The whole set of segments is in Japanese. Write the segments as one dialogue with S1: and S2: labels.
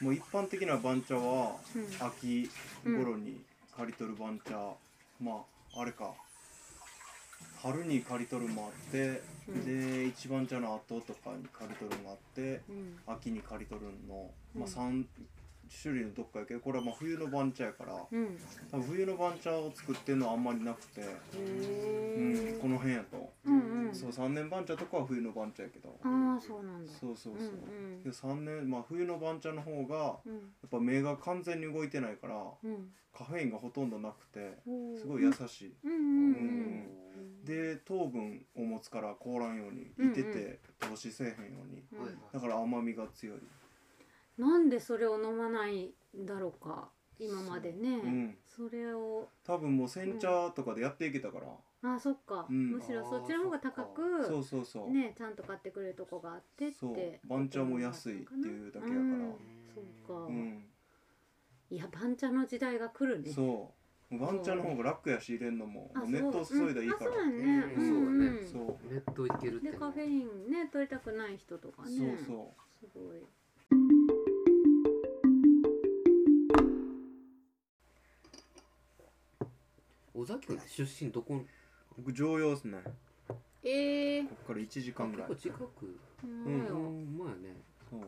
S1: もう一般的な番茶は
S2: うん
S1: 秋頃に刈り取る番茶、まああれか春に刈り取るもあって、
S2: うん
S1: で一番茶の後とかに刈り取るもあって
S2: うん
S1: 秋に刈り取るの、まあ、
S2: うん
S1: 3種類のどっかやけどこれはまあ冬の番茶やから
S2: うん
S1: 多分冬の番茶を作ってるのはあんまりなくて、うん
S2: へ
S1: この辺やと、
S2: ーうんうん
S1: そう3年番茶とかは冬の番茶やけど、
S2: ああそうなんだ
S1: そうそうそう、
S2: うんうん
S1: で3年まあ冬の番茶の方が
S2: うん
S1: やっぱ目が完全に動いてないから
S2: うん
S1: カフェインがほとんどなくて
S2: おー
S1: すごい優しい、
S2: うんうんう
S1: うん
S2: んうん
S1: で糖分を持つから凍らんようにいてて糖死せえへんように
S2: うん
S3: はい
S1: だから甘みが強い
S2: なんでそれを飲まないんだろうか今までね、
S1: うん
S2: それを
S1: 多分もう煎茶とかでやっていけたから、
S2: あそっか、
S1: うん
S2: むしろそっちの方が高
S1: そう
S2: く
S1: そうそう、
S2: ねちゃんと買ってくれるとこがあってっ
S1: そう
S2: て
S1: 番茶も安いっていうだけやから
S2: そうか、
S1: うん、
S2: いや番茶の時代が来るね
S1: そうワンチャンの方が楽やし入れんのも
S2: あ
S1: もうネット注いだらいいから
S2: そう、うんあそうやね、
S3: うん
S2: うんうん
S1: そう
S3: ネットいけるって
S2: でカフェインね取りたくない人とかね
S1: そうそ
S2: すごい
S3: 小崎君って出身どこ
S1: う僕常用ですね
S2: ええ
S1: こっから1時
S3: あ
S1: 間ぐ
S3: 結
S1: らい
S3: 構近く
S2: うん
S3: う
S2: よ
S3: んまあね
S1: そう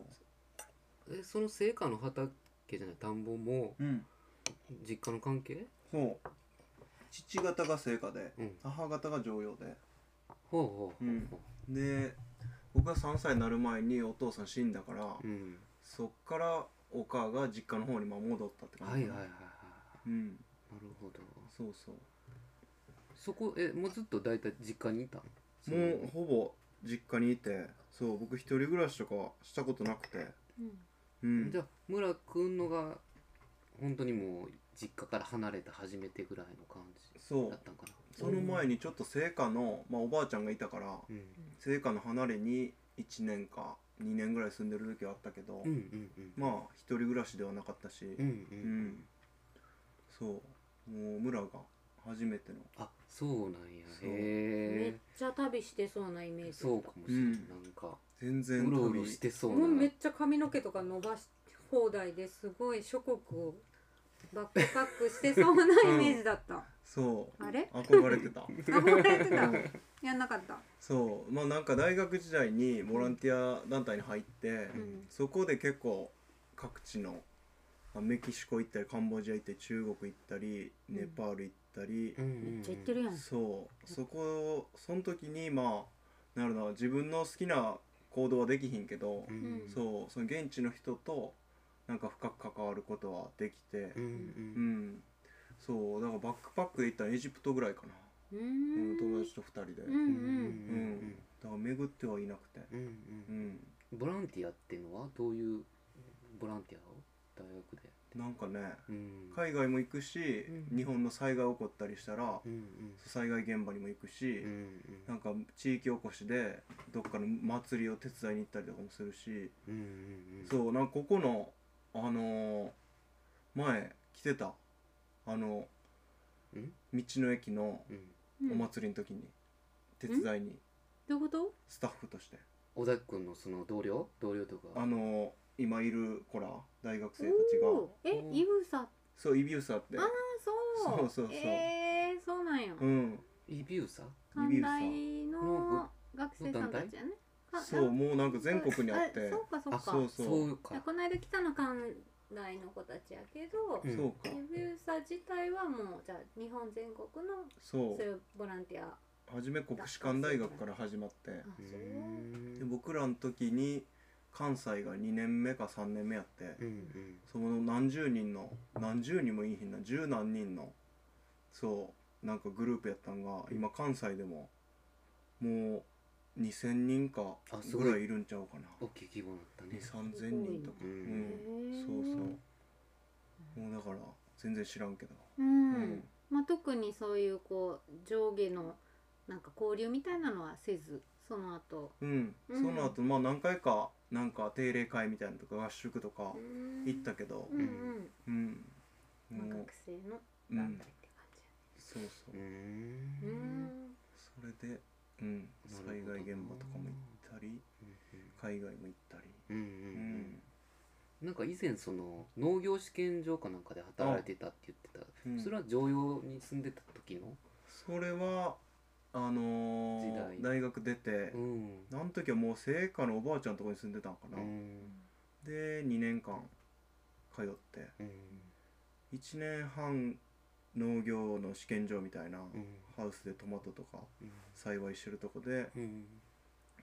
S3: えその成果の畑じゃない田んぼも
S1: うん
S3: 実家の関係
S1: そう父方が成果で
S3: うん
S1: 母方が常用で
S3: ほうほうほうほ
S1: で僕が3歳になる前にお父さん死んだから、
S3: ううん
S1: そっからお母が実家の方にまあ戻ったって
S3: は
S1: 感
S3: い
S1: じ、
S3: はいはいはい
S1: うん
S3: なるほど
S1: そうそう
S3: そこえもうずっと大体実家にいたのその
S1: もうほぼ実家にいてそう僕一人暮らしとかしたことなくて
S2: うん
S1: うん
S3: じゃあ村君のが本当にもう実家から離れて初めてぐらいの感
S1: そ
S3: じだ
S1: う
S3: ったんかな
S1: その前にちょっと聖火の、まあ、おばあちゃんがいたから
S3: うん
S1: 聖火の離れに1年か2年ぐらい住んでる時はあったけど、
S3: うんうんうん
S1: まあ一人暮らしではなかったし
S3: うん
S1: う
S3: う
S1: ん、
S3: ん
S1: そうもう村が初めての
S3: あそうなんや
S1: そう
S2: めっ
S3: へ
S2: ちゃ旅してそうなイメー
S3: え
S2: ジ
S3: そうかもし
S1: う
S3: れ
S1: ん
S3: ないなんか
S1: 全然
S3: うろう
S1: 旅
S3: ろしてそう
S4: もうめ
S3: な
S4: っちゃ髪の毛とか伸ばし放題ですごい諸国をバックパックしてそうなイメージだった、
S1: そう
S4: あれ
S1: 憧れてた
S4: 憧れてたやんなかった
S1: そうまあなんか大学時代にボランティア団体に入って、
S4: ん
S1: そこで結構各地のまあメキシコ行ったりカンボジア行ったり中国行ったり
S2: うん
S1: ネパール行ったり
S3: う、んうんうん
S2: めっちゃ行ってるやん
S1: そうそこその時にまあなるな自分の好きな行動はできひんけど、
S3: うんうん
S1: そうその現地の人となんか深く関わることはできて
S3: うんう
S1: うんんそうだからバックパックで行ったらエジプトぐらいかな、
S2: うー
S1: うん、友
S2: ん
S1: 達と2人で、
S2: うんう
S3: うんうん
S2: ん
S1: うんだから巡ってはいなくて
S3: うんうん
S1: う
S3: うん
S1: ん
S3: ボランティアっていうのはどういうボランティアを大学で
S1: なんかね
S3: うん
S1: 海外も行くし、
S3: うん
S1: 日本の災害起こったりしたら、
S3: うんうん
S1: 災害現場にも行くし、
S3: うんうん
S1: なんか地域おこしでどっかの祭りを手伝いに行ったりとかもするし、
S3: うんうんうん
S1: そうなんかここのあのー前来てたあの
S3: うん
S1: 道の駅の
S3: うん
S2: うん
S1: お祭りの時に手伝いに
S2: どういうこと
S1: スタッフとして、
S3: 小崎君のその同僚同僚とか
S1: あのー今いる子ら大学生たち
S2: お
S1: が
S2: ーえ
S3: うん
S2: イブサあ
S1: そうイビウサって
S2: あそう
S1: そうそうそう
S2: えー、そうなんや
S1: うん
S3: イビューサ
S1: イビ
S2: 短
S1: ウサ
S2: 大の学生さんたちやねか
S1: そうもうなんか全国にあって
S2: そうかそうか
S3: あ
S1: そうそ
S3: そ
S1: う
S3: う
S2: いや
S3: か
S2: この間来たの関大の子たちやけど、
S3: う
S2: イ
S3: ん
S1: そうか
S2: ビューサ自体はもうじゃあ日本全国の
S1: そ
S2: そう
S1: う
S2: いうボランティアあ
S1: 初め国士舘大学から始まって
S2: そう
S3: ー
S2: うん
S1: で僕らの時に関西が2年目か3年目やって、
S3: うんうん
S1: その何十人の何十人もいいひんな十何人のそうなんかグループやったんが今関西でももう2,000人か
S3: あすごい
S1: ぐらいいるんちゃうかな
S3: 大きい規模だったね
S1: 2,3,000人とか
S3: う
S1: うんん
S2: へー
S1: そうそうもうだから全然知らんけど
S2: うん、
S1: うん
S2: まあ、特にそういうこう上下のなんか交流みたいなのはせずその後
S1: うん
S2: うん
S1: その後まあ何回かなんか定例会みたいなのとか合宿とか行ったけど
S2: うんうん、
S1: うん
S2: まあ、
S1: もう
S2: 学生の
S1: う
S2: 団
S1: ん
S2: 体って感じ
S1: そうそう
S3: うー
S2: やねうんん
S1: それでうん
S3: なるほど
S1: 災害現場とかも行ったり
S3: うん
S1: 海外も行ったり
S3: うんうんう
S1: うん
S3: んなんか以前その農業試験場かなんかで働いてたって言ってた、
S1: うん
S3: それは常用に住んでた時の
S1: それはあのー
S3: 時代
S1: 大学出て
S3: う、ん
S1: あの時はもう生家のおばあちゃんとこに住んでたんか
S3: う
S1: な、
S3: ん
S1: で2年間通って
S3: うん
S1: 1年半農業の試験場みたいな、
S3: うん
S1: ハウスでトマトとか
S3: うん
S1: 栽培してるとこで
S3: うん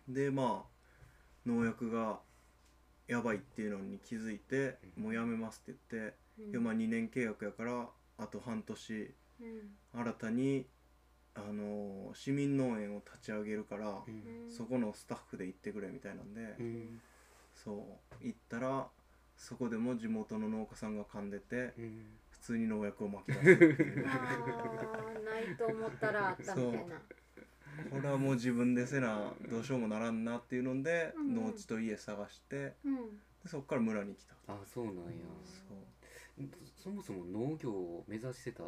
S1: でまあ農薬がやばいっていうのに気づいて、
S3: うん
S1: もうやめますって言って、
S2: うん
S1: でまあ2年契約やからあと半年
S2: うん
S1: 新たに、あのー市民農園を立ち上げるから、
S3: うん
S1: そこのスタッフで行ってくれみたいなんで、
S3: うん
S1: そう行ったらそこでも地元の農家さんが噛んでて
S3: うん
S1: 普通に農薬をまき出すってい
S2: あ
S1: う
S2: ーないと思ったらあったみたいな
S1: これはもう自分でせなどうしようもならんなっていうので、
S2: うん
S1: 農地と家探して
S2: うん
S1: でそっから村に来た
S3: あそうなんや
S1: そう
S3: そもそも農業を目指してたっ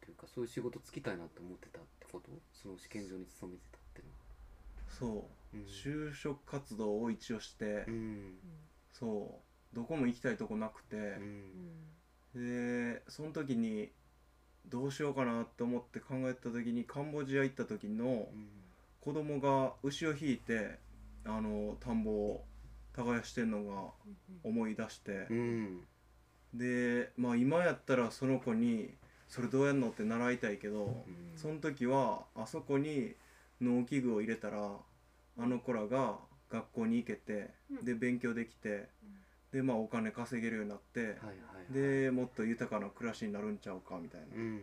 S3: ていうかそういう仕事つきたいなって思ってたってことその試験場に勤めてたっていう
S1: そう
S3: のは
S1: 就職活動を一応して、
S3: うん
S1: そうどこも行きたいとこなくて、
S3: うんう
S2: うんん
S1: でその時にどうしようかなと思って考えた時にカンボジア行った時の子供が牛を引いてあの田んぼを耕してるのが思い出して
S3: う、ん
S1: でまあ今やったらその子に「それどうやんの?」って習いたいけど、
S3: うん
S1: その時はあそこに農機具を入れたらあの子らが学校に行けて、
S2: うん
S1: で勉強できて、でまあお金稼げるようになって、
S3: はいはいはい
S1: でもっと豊かな暮らしになるんちゃうかみたいな、
S3: うんうん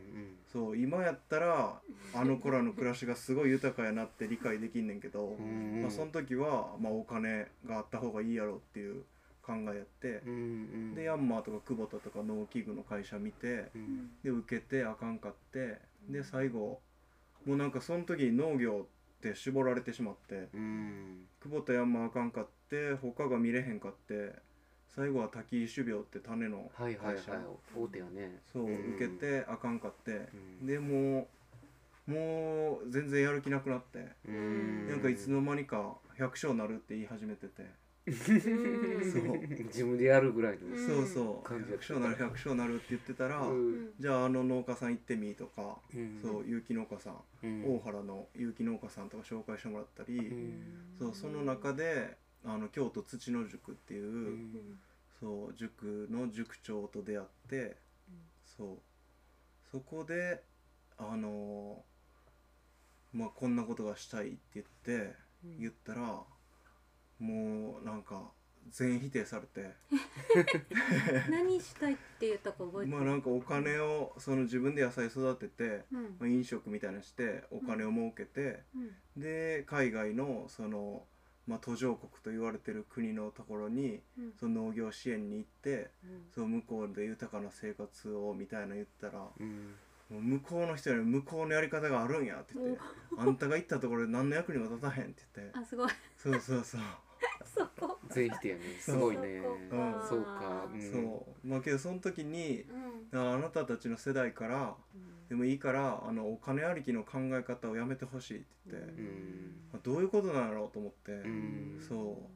S1: そう今やったらあの子らの暮らしがすごい豊かやなって理解できんねんけど、
S3: うんうん
S1: まあ、その時は、まあ、お金があった方がいいやろっていう考えやって
S3: う、んうん
S1: でヤンマーとか久保田とか農機具の会社見て
S3: うん
S1: で受けてあかんかって
S2: う
S1: で
S2: ん
S1: 最後もうなんかその時に農業って絞られてしまって
S3: うん
S1: 久保田ヤンマーあかんかって他が見れへんかって最後は滝井種苗って種の
S3: はいはいはい
S1: 会社
S3: 大手やね
S1: そう
S3: うん
S1: 受けてあかんかって
S3: うん
S1: でもうもう全然やる気なくなって
S3: うん
S1: なんかいつの間にか100勝なるって言い始めてて
S2: うん
S1: そう
S3: 自分でやるぐらいの
S2: うん
S1: そうそう
S3: 感じ
S1: 100
S3: やっ
S1: 勝な
S3: た
S1: る100勝なるって言ってたら
S2: うん
S1: じゃああの農家さん行ってみとか
S3: うん
S1: そう有機農家さん
S3: うん
S1: 大原の有機農家さんとか紹介してもらった
S3: う
S1: り
S3: ん
S1: そうその中であの京都土の塾っていううんそう塾の塾長と出会ってそうそこであのーまあこんなことがしたいって言って言ったらもうなんか全否定されて
S2: 何したいって言ったか覚えて
S1: まあ
S2: る
S1: なんかお金をその自分で野菜育てて、
S2: うん
S1: まあ、飲食みたいなのしてお金を儲けて。
S2: うん
S1: で海外のその、まあ、途上国と言われてる国のところに
S2: うん
S1: その農業支援に行って
S2: うん
S1: その向こうで豊かな生活をみたいなの言ったらも
S3: うん
S1: う向こうの人より向こうのやり方があるんやって言ってあんたが行ったところで何の役にも立たへんって言 って
S2: あすごい
S1: そうそうそう、
S2: そこ
S3: 全否定やねす
S1: そう
S3: ごいね
S2: そこか
S3: そうかうん
S1: そうまあけどその時に
S2: うん
S1: ああなたたちの世代からでもいいからあのお金ありきの考え方をやめてほしいって言って、
S3: うん
S1: まあどういうことなんやろうと思って、
S3: うん
S1: そ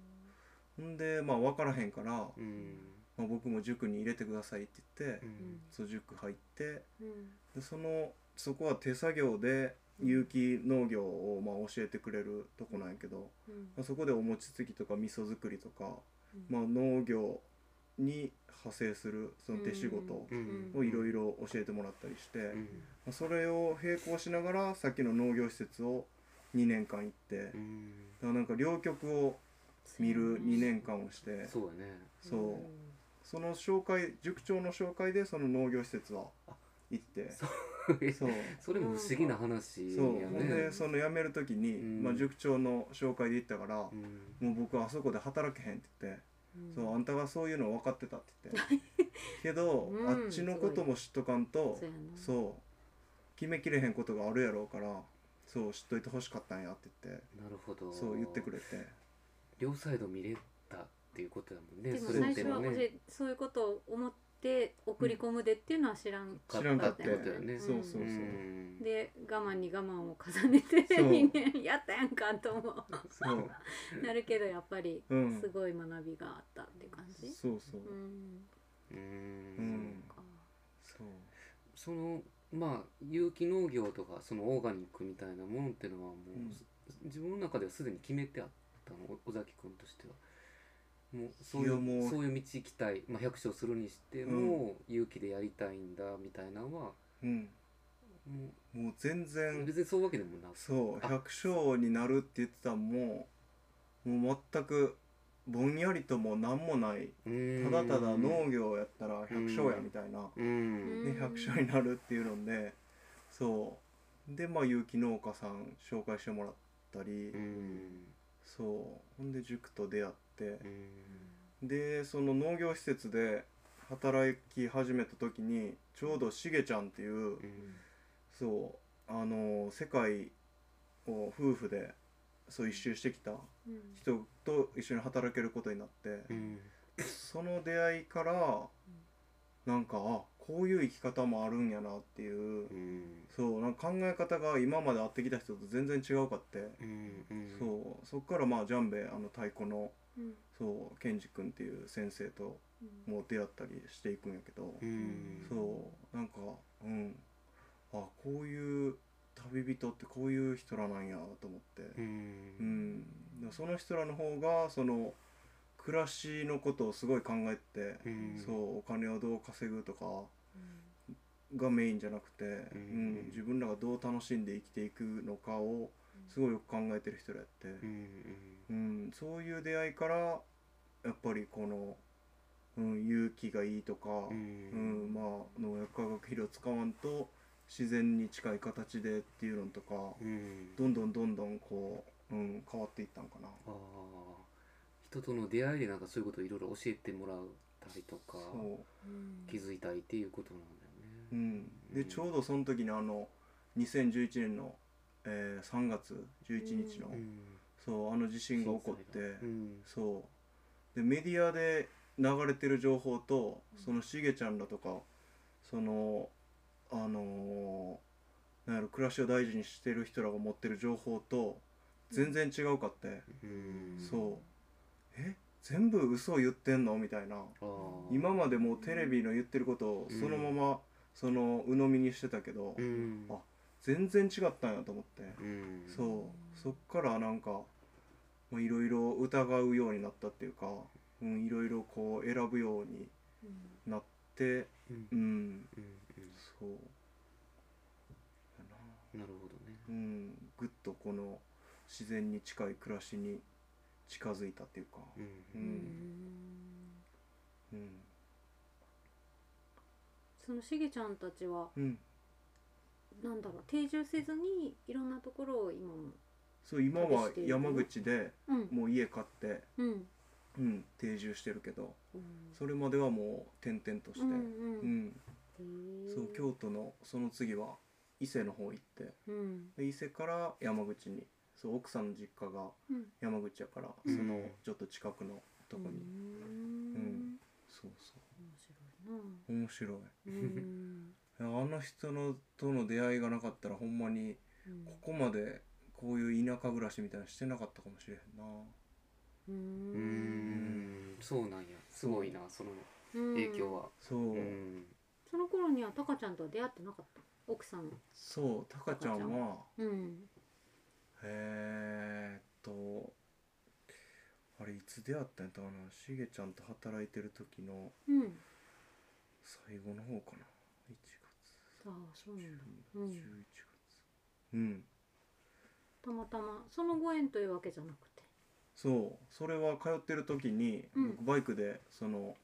S1: うほんでまあ分からへんから、ま
S3: うん
S1: あ、僕も塾に入れてくださいって言って、
S3: うん
S1: そう塾入って
S2: うん
S1: でそのそこは手作業で有機農業をまあ教えてくれるとこなんやけど、
S2: うん
S1: まあ、そこでお餅つきとか味噌作りとか、
S2: うん
S1: まあ、農業に派生するその手仕事
S3: うん
S1: をいろいろ教えてもらったりして、
S3: う
S1: ま
S3: ん
S1: あ、それを並行しながらさっきの農業施設を2年間行って、だ
S3: う
S1: か
S3: ん
S1: らなんか両極を見る2年間をして
S3: そうやね
S1: そう。その紹介塾長の紹介でその農業施設は行って
S3: そ
S1: そう
S3: それも不思議な話
S1: そう
S3: や
S1: ほん
S3: ね
S1: でその辞める時に、
S3: うん
S1: まあ、塾長の紹介で行ったから、
S3: うん
S1: もう僕はあそこで働けへんって言って、
S2: うん
S1: そうあんたがそういうの分かってたって言 ってけど、
S2: うん
S1: あっちのことも知っとかんと
S2: そうやな
S1: そう決めきれへんことがあるやろうからそう知っといてほしかったんやって言って
S3: なるほど
S1: そう言って くれて
S3: 両サイド見れたっていうことだもんね
S2: でも
S3: それ
S2: 最
S3: で
S2: 初は
S3: もね
S2: 教えそういうことを思っって送り込むでっていうのは知らん
S1: 知らんかった
S3: 知らん
S1: よ
S3: かったよね
S1: そうそうそう、
S3: ん
S2: で我慢に我慢を重ねて
S1: そう
S2: 2年 やったやんかとも
S1: そう
S2: なるけどやっぱり
S1: うん
S2: すごい学びがあったって感じ、
S1: そうそう
S2: う、ん
S3: う
S1: う
S3: ん
S1: ん
S2: か
S1: そう
S3: そのまあ有機農業とかそのオーガニックみたいなものってのはもう、
S1: うん
S3: す自分の中ではすでに決めてあったのお尾崎君としてはもうそう
S1: い
S3: い
S1: や
S3: う
S1: もう
S3: そういう道行きたい、まあ、百姓するにしても、有機でやりたいんだみたいなのは
S1: うん
S3: も
S1: もう全
S3: う
S1: 然
S3: 別にそういうわけでもなく
S1: そう
S3: あ
S1: 百姓になるって言ってたのももう全くぼんやりとも何もないただただ農業やったら百姓やみたいな、
S3: うん、うん
S1: で
S2: うん
S1: 百姓になるっていうのでそうでまあ有機農家さん紹介してもらったり、
S3: うん
S1: そうほんで塾と出会って
S3: う、
S1: でその農業施設で働き始めた時にちょうどしげちゃんっていう、
S3: ん
S1: そうあの世界を夫婦でそう一周してきた
S2: うん
S1: 人と一緒に働けることになって、
S3: うん
S1: その出会いからなんかあこういう生き方もあるんやなっていう、
S3: うん
S1: そうなんか考え方が今まで会ってきた人と全然違うかって、
S3: うんうん
S1: そうそっからまあジャンベあの太鼓の
S2: うん
S1: そうケンジ君っていう先生と
S2: うん
S1: もう出会ったりしていくんやけど、
S3: うん
S1: そうなんかうんあこういう旅人ってこういう人らなんやと思って、
S3: う
S1: うんん、でもその人らの方がその暮らしのことをすごい考えて、
S3: うん
S1: そうお金をどう稼ぐとかがメインじゃなくて、
S3: うん
S1: うん自分らがどう楽しんで生きていくのかをすごいよく考えてる人らやって、
S3: う
S1: うん
S3: ん
S1: そういう出会いからやっぱりこの、うん、勇気がいいとか、う
S3: う
S1: ん
S3: ん
S1: まあ農薬化学肥料使わんと自然に近い形でっていうのとか、
S3: うん
S1: どんどんどんどんこう、うん、変わっていったんかな。
S3: ああ人との出会いでなんかそういうことをいろいろ教えてもらったりとか
S1: そ
S2: うん
S3: 気づいたりっていうことなんだよね
S1: う、うん、で
S3: うん
S1: ちょうどその時にあの2011年の、えー3月11日の、
S3: うん
S1: そうあの地震が起こって、
S3: うん
S1: そうでメディアで流れてる情報とそのしげちゃんだとかそのあのーなんやろ暮らしを大事にしてる人らが持ってる情報と全然違うかって、
S3: うん
S1: そうえ全部嘘言ってんのみたいな。
S3: ああ
S1: 今までもうテレビの言ってることをそのままその鵜呑みにしてたけど、
S3: うん
S1: あ全然違ったんやと思って、
S3: うん
S1: そうそっからなんかまあいろいろ疑うようになったっていうか、うん、いろいろこう選ぶように
S2: うん
S1: なって
S3: うん
S1: うん
S3: うん
S1: そうやな
S3: うんなるほどね
S1: うんぐっとこの自然に近い暮らしに近づいたっていうか
S3: う
S1: うんんうん
S2: そのしげちゃんたちは
S1: うん
S2: なんだろう定住せずにいろんなところを今も
S1: そう今は山口で
S2: うん
S1: もう家買って
S2: うん
S1: うん、定住してるけど
S2: うん
S1: それまではもう転々として、
S2: うん
S1: う
S2: うん
S1: ん
S2: へえ
S1: そう京都のその次は伊勢の方行って
S2: うん
S1: で伊勢から山口にそう奥さんの実家が
S2: うん
S1: 山口やから、
S3: うん
S1: そのちょっと近くのとこに、
S2: うん
S1: うんそうそ
S2: 面白いな
S1: う面白いい
S2: うん
S1: やあの人のとの出会いがなかったらほんまに
S2: うん
S1: ここまでこういう田舎暮らしみたいなのしてなかったかもしれへんな
S2: う
S3: うんんそうなんやすごいなその影響は
S1: そう、
S3: うん
S2: その頃にはタカちゃんとは出会ってなかった奥さん
S1: そうタカちゃん
S2: タカちゃん
S1: は
S2: うん
S1: えーっとあれいつ出会ったんやったかなしげちゃんと働いてる時の
S2: うん
S1: 最後の方かな1
S2: ああそう
S1: 月
S2: なんだ
S1: 12
S2: うん
S1: 月11月うん
S2: たまたまそのご縁というわけじゃなくて
S1: そうそれは通ってる時に
S2: うん
S1: 僕バイクでその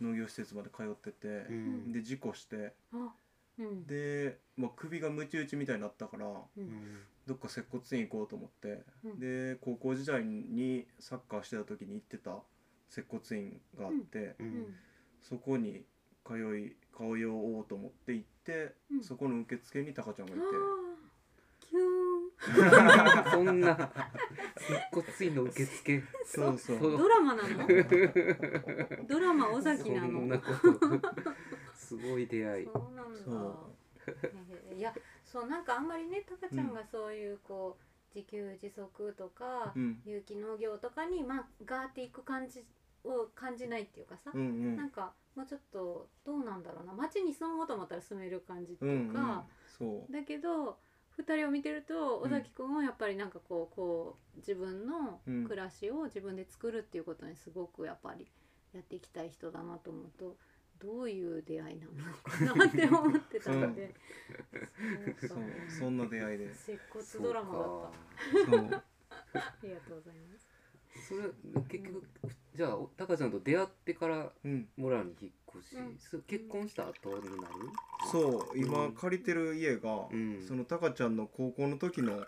S1: 農業施設まで通って
S3: う
S1: て
S3: ん
S1: で事故して
S2: あうん
S1: で、まあ、首がムチ打ちみたいになったから
S2: う
S3: うんん
S1: どっか接骨院行こうと思って、
S2: うん
S1: で高校時代にサッカーしてた時に行ってた接骨院があって、
S2: う
S3: う
S2: んん
S1: そこに通い通いおうと思って行って、
S2: うん
S1: そこの受付にタカちゃんがいて
S2: ああキューン
S3: そんなごついの受付
S1: そうそう
S3: そう
S2: ドラマなのドラマ尾崎な
S3: そん
S2: の
S3: なことすごい出会い
S2: そうなんだ
S1: そう
S2: いやそうなんかあんまりねタカちゃんがそういうこう自給自足とか、
S1: うん
S2: 有機農業とかにまあガーっていく感じを感じないっていうかさ、
S1: うんう
S2: なん
S1: ん
S2: かもうちょっとどうなんだろうな街に住もうと思ったら住める感じと
S1: う
S2: か、
S1: んうんそう
S2: だけど2人を見てると
S1: う
S2: 尾
S1: ん
S2: 崎君はやっぱりなんかこうこう自分の
S1: うん
S2: 暮らしを自分で作るっていうことにすごくやっぱりやっていきたい人だなと思うとどういう出会いなのかなって思ってたので、
S1: そ
S2: そう
S1: う
S2: か
S1: そんな出会いで
S2: 接骨ドラマだっ
S3: そ
S1: そ
S3: うか
S1: う
S2: たありがとうございます
S3: それ結局じゃあタカちゃんと出会ってから
S1: うん
S3: モラに引っ越し、
S2: うん
S3: す結婚した後になる
S1: そう
S3: う
S1: 今
S3: ん
S1: 借りてる家が
S3: うん
S1: そのタカちゃんの高校の時の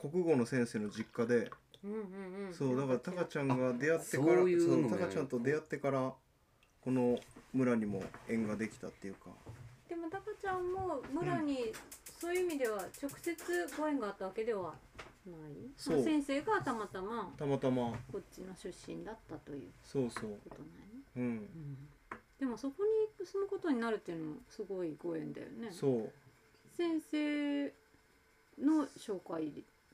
S1: 国語の先生の実家で
S2: うんうんうんうん
S1: そうだからタカ
S2: ゃ
S1: ちゃんが出会ってか
S3: あ
S1: ら
S3: そういうの
S1: そ
S3: ね
S1: うタカちゃんと出会ってからこの村にも縁ができたっていうか
S2: んでもタカちゃんも村にそういう意味では直接ご縁があったわけではない
S1: そう
S2: まあ先生がたまたま
S1: たまたま
S2: こっちの出身だったという
S1: そうそう
S2: ことなんやね
S1: うん
S2: でもそこに住むことになるっていうのもすごいご縁だよね
S1: そう
S2: 先生の紹介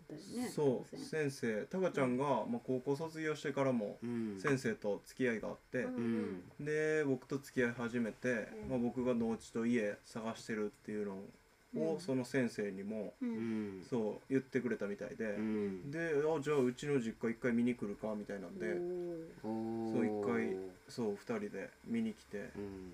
S2: だよね
S1: そう
S2: 当
S1: 先
S2: 然
S1: 生タカちゃんがまあ高校卒業してからも
S3: うん
S1: 先生と付き合いがあって
S2: うん
S3: うん
S1: で僕と付き合い始めて
S2: うん
S1: まあ僕が農地と家探してるっていうの
S2: う
S1: を
S2: ん
S1: その先生にも
S2: う
S3: うんん
S1: そう言ってくれたみたいで
S3: うん
S1: であじゃあうちの実家一回見に来るかみたいなんで
S3: おー
S1: そう一回そう2人で見に来て
S3: うん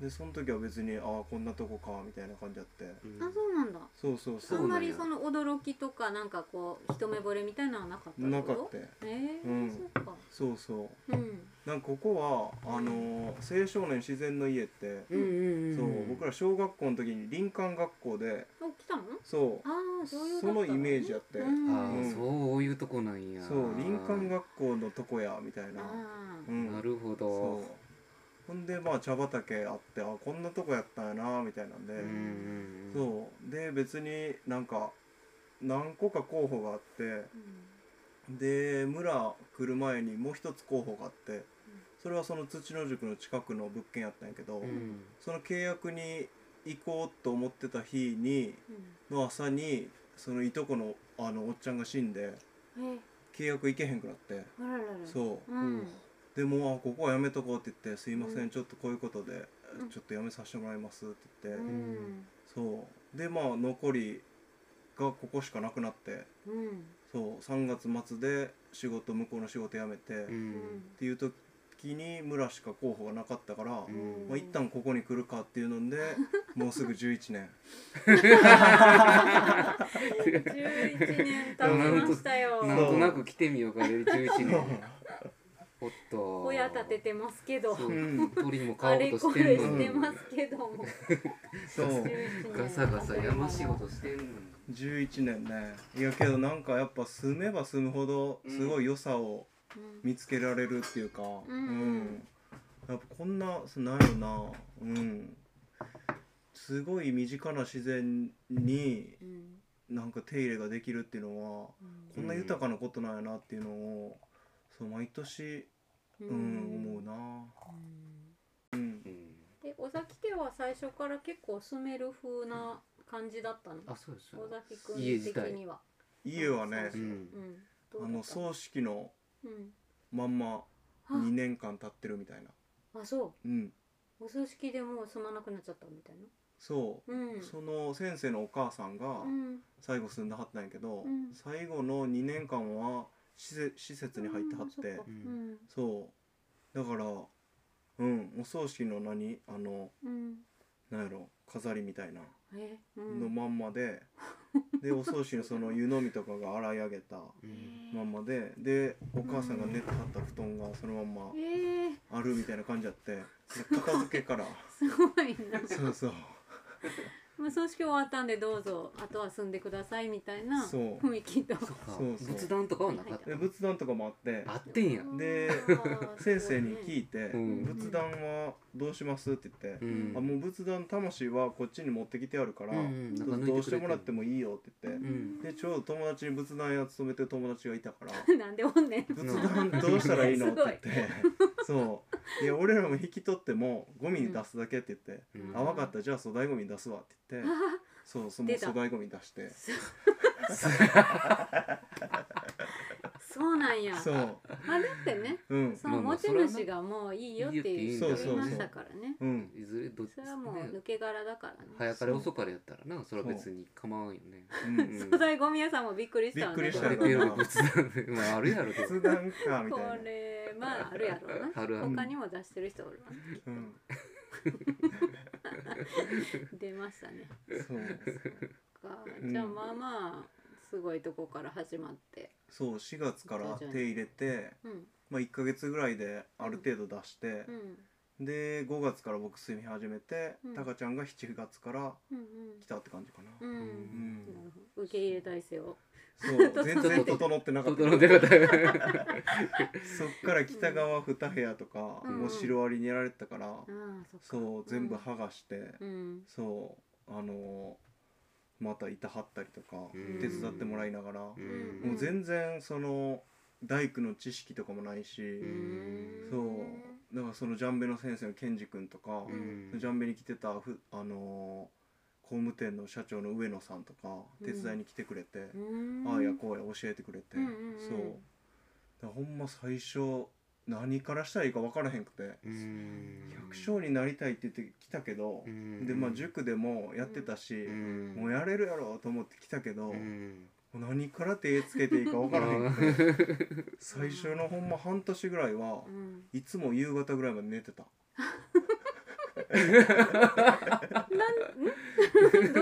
S1: でその時は別にああこんなとこかみたいな感じやって
S3: うん
S2: あそうなんだ
S1: そうそうそ
S2: あ
S1: うん
S3: な
S2: ま
S3: ん
S2: り
S3: や
S2: その驚きとかなんかこう一目惚れみたいなのはなかった
S1: なかっ
S2: こと
S1: た
S2: ええ
S1: うん
S2: そっか
S1: そうそう
S2: うん
S1: なんかここはあのー青少年自然の家って
S3: うんうんうん
S1: そう僕ら小学校の時に林間学校で
S2: お来たの
S1: そ
S2: ああそういう
S1: そのイメージやって
S3: あ
S2: うん、
S3: ー
S1: うん
S3: そういうとこなん
S1: う
S3: や
S1: そう林間学校のとこやみたいな
S2: あ
S1: う
S2: ー
S1: ん
S3: なるほ
S1: そ
S3: ど
S1: うほんでまあ茶畑あってあこんなとこやったんやなみたいなんで、
S3: うんうんうん
S1: そうで別になんか何個か候補があって
S2: うん
S1: で村来る前にもう一つ候補があってそれはその土の塾の近くの物件やったんやけど、
S3: うん
S1: その契約に行こうと思ってた日にの朝にそのいとこのあのおっちゃんが死んで
S2: うんえ
S1: 契約行けへんくなって、
S2: あららら
S1: そうう、
S2: ん
S1: でもうあここはやめとこうって言って「すいません、
S2: うん
S1: ちょっとこういうことで、
S2: うん
S1: ちょっとやめさせてもらいます」って言
S2: う
S1: って、
S2: ん
S1: そうでまあ残りがここしかなくなって
S2: うん
S1: そう3月末で仕事向こうの仕事辞めて、
S3: う
S1: っ
S3: ん
S1: ていう時に村しか候補がなかったから、
S3: うん
S1: まあ、一旦ここに来るかっていうのでもうすぐ11年
S2: 11年経ちましたよ
S1: ん
S3: なんとなく来てみようかね11年 おっと
S2: 親立ててますけど
S3: そう
S1: うん
S3: 鳥も
S2: あ
S3: 買おう
S2: れ
S3: と
S2: こ
S3: して
S2: れ
S3: ん
S1: あ
S3: の
S2: し
S3: に
S2: てますけども
S1: そう
S2: 11年
S3: ガサガサ山仕事してんのに
S1: 11年ねいやけどなんかやっぱ住めば住むほどすごい良さを
S2: うん
S1: 見つけられるっていうか
S2: う
S1: うんん、やっぱこんなそないよなうんすごい身近な自然に
S2: うん
S1: なんか手入れができるっていうのはこんな豊かなことなんやなっていうのを、そう毎年、う
S2: う
S1: んん思うな
S2: うん
S1: うん
S3: うん
S2: で尾崎家は最初から結構住める風な感じだったの
S3: あそうでしょ
S2: 尾崎君
S3: 家自
S2: 的
S3: 体
S2: には
S1: 家はね
S3: う、ん
S2: うん
S1: あの
S2: う
S1: 葬式の
S2: うん
S1: まんま2年間経ってるみたいな
S2: ああそ
S1: うん
S2: うお葬式でもう住まなくなっちゃったみたいな
S1: そうう、
S2: ん
S1: その先生のお母さんが
S2: うん
S1: 最後住んではったんやけど、
S2: うん
S1: 最後の2年間は施設施設に入ってはっ
S2: うん
S1: て
S2: そっか
S3: うん
S1: そうだからうんお葬式の何あの
S2: うんうん
S1: なんやろ飾りみたいな
S2: えうん
S1: のまんまで、でお葬式のその湯飲みとかが洗い上げた
S3: うん
S1: まんまででお母さんが寝てはった布団がそのまんま
S2: えー、
S1: あ るみたいな感じやってで片付けから
S2: すごいな
S1: そうそう
S2: まあ、葬式終わったんでどうぞあとは住んでくださいみたいな
S1: そう
S2: 雰囲気と
S3: そっか
S1: そうそう
S3: 仏壇とかはなかっ
S1: で
S3: た
S1: 仏壇とかもあって
S3: あってんや
S1: で 先生に聞いて「
S3: うん
S1: 仏壇はどうします?」って言って
S3: う
S1: あ
S3: ん
S1: もう仏壇魂はこっちに持ってきてあるから、
S3: うんうんなんか抜いてくれてる
S1: どうしてもらってもいいよって言っ
S3: う
S1: て、
S3: ん
S1: でちょうど友達に仏壇屋勤めてる友達がいたから
S2: なんでおんねん
S1: 仏壇 どうしたらいいのっ
S2: す
S1: て
S2: ご
S1: 言
S2: い
S1: ってそうで俺らも引き取ってもゴミに出すだけって言って「
S3: うん
S1: あわかったじゃあ粗大ゴミ出すわ」って言ってそうその
S2: 出た
S1: 粗大ゴミ出して
S2: そうなんや
S1: そう
S2: まあだってね
S1: うん
S2: その
S3: まあま
S2: 持
S3: あ
S2: ち主がもういいよって
S3: い
S2: い
S3: いう
S2: 人
S3: よってい
S2: 言い
S3: いんだ
S2: ましたからね
S1: うん
S3: いずれどっち
S2: それはもう抜
S3: ね
S2: け殻だからね
S3: 早かれ遅かれやったらなそれは別に構わんよね
S1: うん
S2: 素材ゴミ屋さんもびっくりしたわね
S1: びっくりした
S3: 出
S1: よ
S3: てる仏壇まああるやろと
S1: 仏壇かみ
S2: こ
S1: たいな、
S2: れまああるやろうな
S3: あるある
S2: 他にも出してる人おるわ
S1: うん、
S2: 出ましたね
S1: そう
S2: そっか
S1: うん
S2: じゃあまあまあすごいとこから始まって
S1: そう4月から手入れて、
S2: うん
S1: まあ、1ヶ月ぐらいである程度出して、
S2: うん
S1: で5月から僕住み始めて、
S2: うん
S1: タカちゃんが7月から
S2: うん
S1: 来たって感じかな、
S2: うんうん
S1: う
S3: うん
S1: ん
S2: なるほど受け入れ体制を
S1: そう全然整ってなかった
S3: 整ってなかった
S1: そっから北側2部屋とか、
S2: うん
S1: もうシロアリにやられてたから、
S2: ああそっか
S1: そう全部剥がして、
S2: うん
S1: そうあのーまた板張ったりとか、
S3: うん
S1: 手伝ってもらいながら、
S3: うん
S1: もう全然その大工の知識とかもないし、
S3: ん
S1: そうだからそのジャンベの先生のケンジ君とか、
S3: う
S1: ジャンベに来てたふあのー工務店の社長の上野さんとか
S2: うん
S1: 手伝いに来てくれて、
S2: うん
S1: ああやこうや教えてくれて、
S2: うんうんうん
S1: そうだからほんま最初何からしたらいいか分からへんくて
S3: うん
S1: 百姓になりたいって言ってきたけど、
S3: うん
S1: でまあ塾でもやってたし、
S3: うん
S1: もうやれるやろうと思って来たけど、
S3: うん
S1: もう何から手つけていいか分からへんくて最初のほんま半年ぐらいは
S2: う、ん
S1: いつも夕方ぐらいまで寝てた。
S2: ど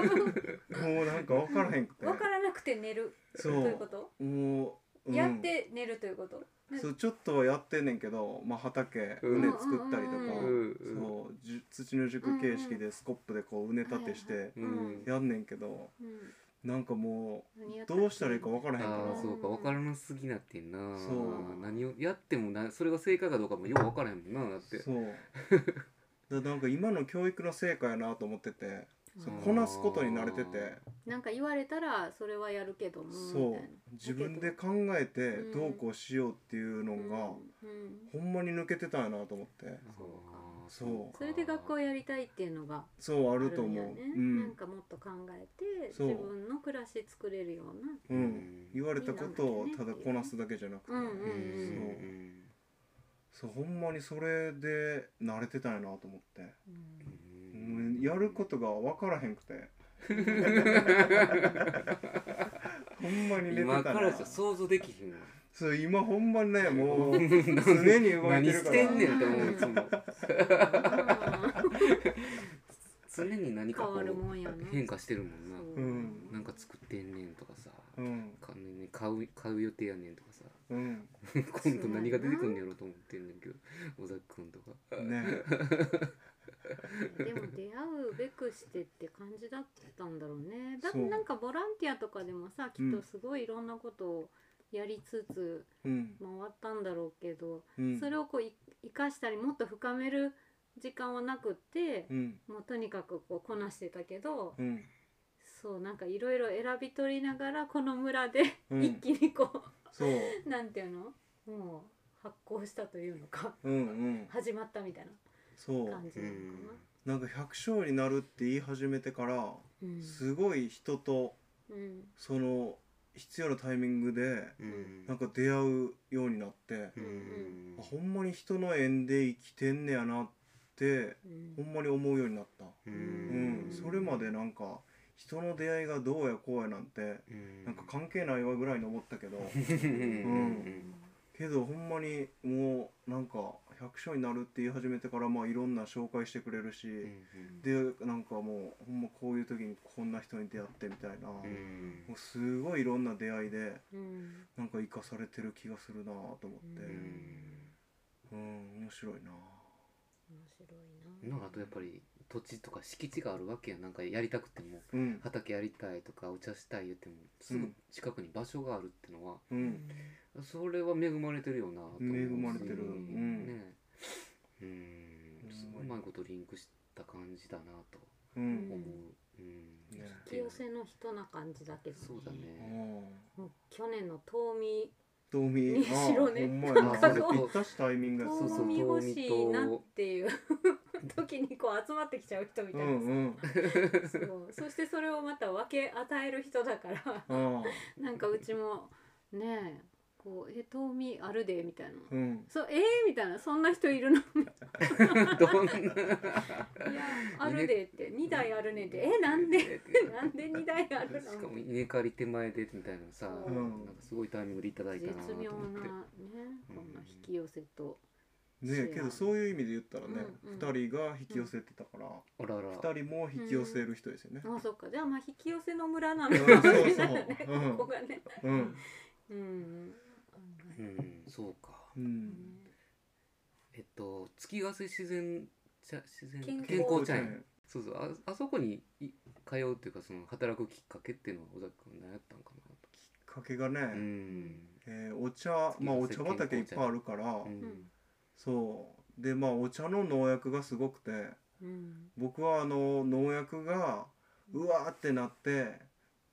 S2: う
S1: もうなんか分からへんくて
S2: 分からなくて寝る
S1: そ
S2: という
S1: う
S2: こと
S1: もう、うん
S2: やって寝るということ
S1: そうちょっとはやってんねんけど、まあ、畑
S3: うん
S1: 畝作ったりとか、
S3: うん
S1: そうじゅ土の塾形式でスコップでこう畝立てして
S3: うん
S1: やんねんけど、
S2: うん
S1: なんかも
S2: 何や
S1: う
S2: ったっけ
S1: どうしたらいいか分からへんか
S3: あ
S1: ら
S3: あそうか分からなすぎなってんな
S1: そう
S3: 何をやってもなそれが正解かどうかもよう分からへんもんなだって
S1: そうだなんか今の教育の成果やなと思っててそう
S3: うん
S1: こなすことに慣れてて、
S2: なんか言われたらそれはやるけども
S1: そう自分で考えて
S2: うん
S1: どうこうしようっていうの
S2: みたい
S1: が
S2: な、うんうん
S1: ほんまに抜けてたんやなと思って
S3: あー
S1: そう
S2: それで学校やりたいっていうのが
S1: そうあ
S2: あ
S1: る
S2: る
S1: と
S2: ん
S1: 思
S2: や
S1: う、
S2: ね
S1: うん
S2: なんかもっと考えて自
S1: そう
S2: 分の暮らし作れるような
S1: う、
S3: うんん
S1: 言われたことをただこなすだけじゃなくて、
S2: うんうん
S3: うん
S1: そうほんまにそれで慣れてたんやなと思って、
S2: うん
S3: う
S1: うんん、やることが分からへんくてほんまに寝て
S3: 今
S1: た
S3: か
S1: な
S3: らじゃ想像できひんわ
S1: そう今ほんまにねもう常に動い
S3: 何
S1: てる
S3: し
S1: か
S3: て
S1: ら
S3: んねんって思ういつも
S2: あ
S3: 常に何
S2: ー
S3: か
S2: 変
S3: こ
S2: わる
S3: う
S2: もんやな
S3: 変化してるもんな
S2: そう
S1: うん
S3: なんか作ってんねんとかさ
S1: うん
S3: かね買う買う予定やねんとかさ
S1: うん
S3: 今度何が出てくんねやろうと思ってんねんけど尾崎くんとか
S1: ね
S2: でも出会うべくしてって感じだったんだろうねだって
S1: そう
S2: なんかボランティアとかでもさきっとすごいいろんなことをやりつつ
S1: うん
S2: 回ったんだろうけど、
S1: うん
S2: それをこうい生かしたりもっと深める時間はなくって
S1: う、ん
S2: もうとにかくこうこなしてたけど、
S1: うん
S2: そうなんかいろいろ選び取りながらこの村で
S1: うん
S2: 一気にこ
S1: そう
S2: う なんていうのもう発酵したというのか
S1: うんうん
S2: 始まったみたいな
S1: そう
S2: 感じなのかな。
S1: なんか百姓になるって言い始めてから
S2: うん
S1: すごい人と
S2: うん
S1: その必要なタイミングで
S3: うん
S1: なんか出会うようになって、
S3: うん
S1: あほんまに人の縁で生きてんねやなって
S2: うん
S1: ほんまに思うようになった、
S3: う
S1: うん
S3: ん
S1: それまでなんか人の出会いがどうやこうやなんて
S3: うん
S1: なんか関係ないわぐらいに思ったけ ど
S3: うん
S1: けどほんまにもうなんか百姓になるって言い始めてからまあいろんな紹介してくれるし、
S3: うん
S1: でなんかもうほんまこういう時にこんな人に出会ってみたいな、
S3: う
S1: も
S3: ん
S1: うすごいいろんな出会いで
S2: うん
S1: なんか生かされてる気がするなと思って、う
S2: う
S3: うん
S1: ん面白いな
S2: 白いな
S3: のあとやっぱり土地とか敷地があるわけやんなんかやりたくても
S1: うん
S3: 畑やりたいとかお茶したい言ってもす
S1: う
S3: ぐ
S1: ん
S3: 近くに場所があるってのは
S1: うん
S3: それは恵まれてるよなと思うし
S1: 恵まれてるうん
S3: ねうんすごいうまいことリンクした感じだなと
S1: う
S3: 思うんうん、
S1: ね
S2: 引き寄せの人な感じだけど、ね、
S3: そうだね
S2: もう去年の冬眠
S1: 遠見
S2: にしろ
S1: あ
S2: ね
S1: ーほんまや
S3: な
S1: なん
S3: か
S1: それ
S3: こう
S1: ぴったしタイミングや
S3: そうそう
S2: 冬眠欲しいなっていう 時にこう集まってきちゃう人み
S1: う
S2: たいな、
S1: んうん
S2: そうそしてそれをまた分け与える人だから
S1: あー
S2: なんかうちもねえこう「え冬眠あるで」みたいな
S1: うん
S2: 「そうえー、みたいな「そんな人いるの?」
S3: どんな
S2: いや あるで」って「2台あるね」って「えなん で なんで2台ある
S3: しかも
S2: の?
S3: 稲刈り手前でみたいなさ、
S1: うん
S3: なんかすごいタイミングでいただ」いたなと
S2: 絶
S3: 思
S2: 妙
S3: って
S2: なねこんな引き寄せと、
S1: ねけどそういう意味で言ったらね
S2: うんうん
S1: 2人が引き寄せてたから
S3: あらら
S1: 2人も引き寄せる人ですよね。
S2: あそっかじゃあまあ引き寄せの村な
S1: う
S2: の
S1: ん
S2: か
S1: そう
S2: もし
S1: そう
S2: れ ないね
S1: うん
S2: ここがね
S1: うん
S2: うん
S3: うんそうか
S1: うん
S3: えっと月ヶ瀬自然茶自然
S2: 健康
S3: 健康茶
S1: う
S3: 園
S1: ん
S3: そうそうああそこにい通うっていうかその働くきっかけっていうのは小崎君何やったんかなと
S1: きっかけがね、
S3: うん
S1: えーお茶まあお茶畑いっぱいあるから、
S3: うん
S1: そうでまあお茶の農薬がすごくて
S2: うん
S1: 僕はあの農薬がうわーってなって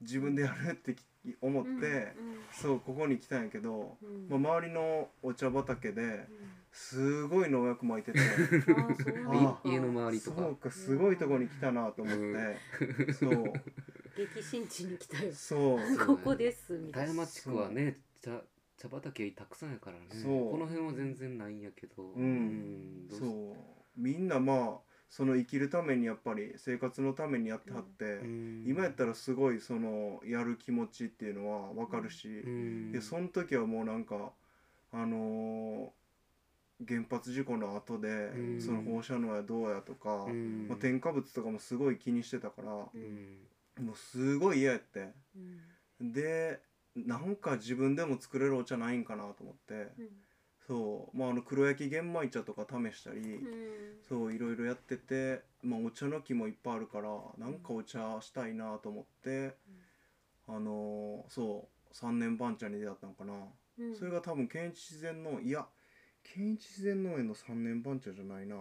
S1: 自分でやるってき思って、そうここに来たんやけど、
S2: うん
S1: まあ、周りのお茶畑で
S2: う
S1: すごい農薬撒いてて
S2: んあそう なん
S1: あ
S2: だ
S3: い家の周りと
S1: そ
S3: か
S1: うかすごいとこに来たなと思ってそう
S2: 激震地に来たよ
S1: そう
S3: そ
S2: こ
S3: う
S2: こですみた
S3: 田
S2: いな
S3: 山地区はね茶茶畑たくさんやからね
S1: そう
S3: この辺は全然ないんやけど
S1: うん
S3: うんどうし
S1: そうみんなまあその生きるためにやっぱり生活のためにやってはって、
S3: うん
S1: 今やったらすごいそのやる気持ちっていうのはわかるし、
S3: うん
S1: でその時はもうなんかあのー原発事故の後で、
S3: うん
S1: その放射能やどうやとか、
S3: うん
S1: まあ、添加物とかもすごい気にしてたから、も
S3: うん
S1: うすごい嫌やって
S2: うん
S1: でなんか自分でも作れるお茶ないんかなと思って、
S2: うん
S1: そうまああの黒焼き玄米茶とか試したり、
S2: うん
S1: そういろいろやってて、まあ、お茶の木もいっぱいあるからなんかお茶したいなと思って、あのーそう3年番茶に出会ったのかな、
S2: うん
S1: それが多分県一自然農いや県一自然農園の3年番茶じゃないない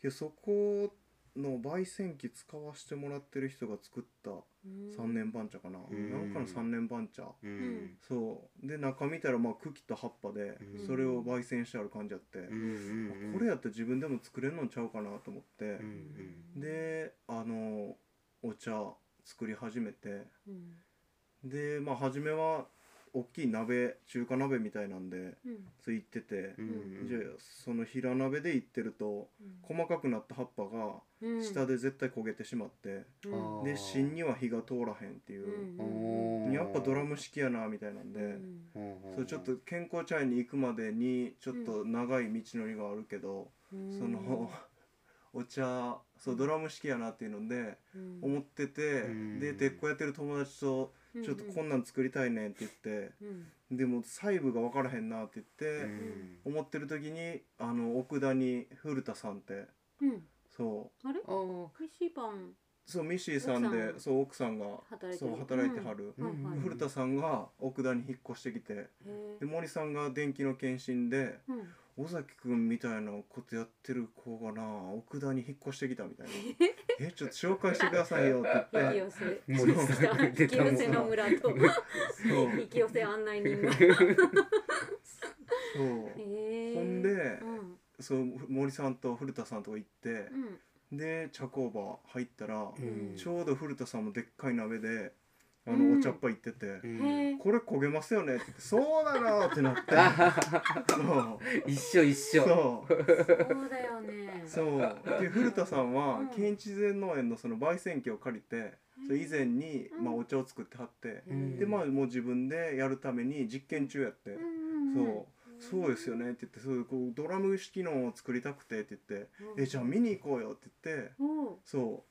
S1: やそこの焙煎機使わしてもらってる人が作った3年番茶かな、
S3: うん
S1: なんかの3年番茶
S3: うん
S1: そうで中見たらまあ茎と葉っぱで
S3: うん
S1: それを焙煎してある感じあって、
S3: うんうんうん
S1: これやったら自分でも作れるのちゃうかなと思って
S3: う、ん
S1: であのお茶作り始めて
S2: うん
S1: でまあ初めは大きい鍋中華鍋みたいなんで
S2: うん
S1: ついてて
S3: う、ん
S1: じゃあその平鍋でいってると細かくなった葉っぱが
S2: うん
S1: 下で絶対焦げてしまって、
S2: うん
S1: で芯には火が通らへんっていう、
S3: おー
S1: やっぱドラム式やなみたいなんで。
S2: うん
S1: そうちょっと健康茶園に行くまでにちょっと長い道のりがあるけど、
S2: うん
S1: その お茶そうドラム式やなっていうので
S2: うん
S1: 思ってて、
S3: うん
S1: で鉄工やってる友達と「ちょっとこんなん作りたいねん」って言って、
S2: うん
S1: でも細部が分からへんなって言って、
S3: うん
S1: 思ってる時にあの奥田に古田さんって
S2: うん
S1: そ
S2: あれ
S3: あー
S2: 美味しいパン
S1: うそうミッシーさんで
S2: 奥さん
S1: そう奥さんが
S2: 働いて
S1: そ
S2: る
S1: う働いてはる、
S2: うんはいはい
S3: うん
S1: 古田さんが奥田に引っ越してきて
S2: へ
S1: で
S2: ー
S1: 森さんが電気の検診で。
S2: うん
S1: 尾崎くんみたいなことやってる子がな奥田に引っ越してきたみたいな「えちょっと紹介してくださいよ」って 言
S2: 引き
S1: って
S2: 寄せ
S3: もう出た
S2: 引き
S3: 出たも
S2: 寄
S3: ん
S2: せの村と
S1: そう
S2: 引き寄せ案内人が
S1: そう
S2: へー
S1: ほんで
S2: うん
S1: そう森さんと古田さんとか行って
S2: うん
S1: で茶工場入ったら、
S3: うん
S1: ちょうど古田さんもでっかい鍋であの、
S2: うん
S1: お茶っ葉いってて
S3: う
S1: 「
S3: ん
S2: へー
S1: これ焦げますよね」って言って「そうなの!」ってな って
S3: あはは
S1: そう
S3: 一緒一緒
S1: そう
S2: そうだよね
S1: そうで古田さん
S2: うん
S1: は県知前農園のその焙煎機を借りて、それ以前に、
S2: うん
S1: まあ、お茶を作ってはって。
S3: うん
S1: でまあもう自分でやるために実験中やって、そうそうですよねって言ってそうこうドラム式のを作りたくてって言って、えじゃあ見に行こうよって言って
S2: お
S1: そ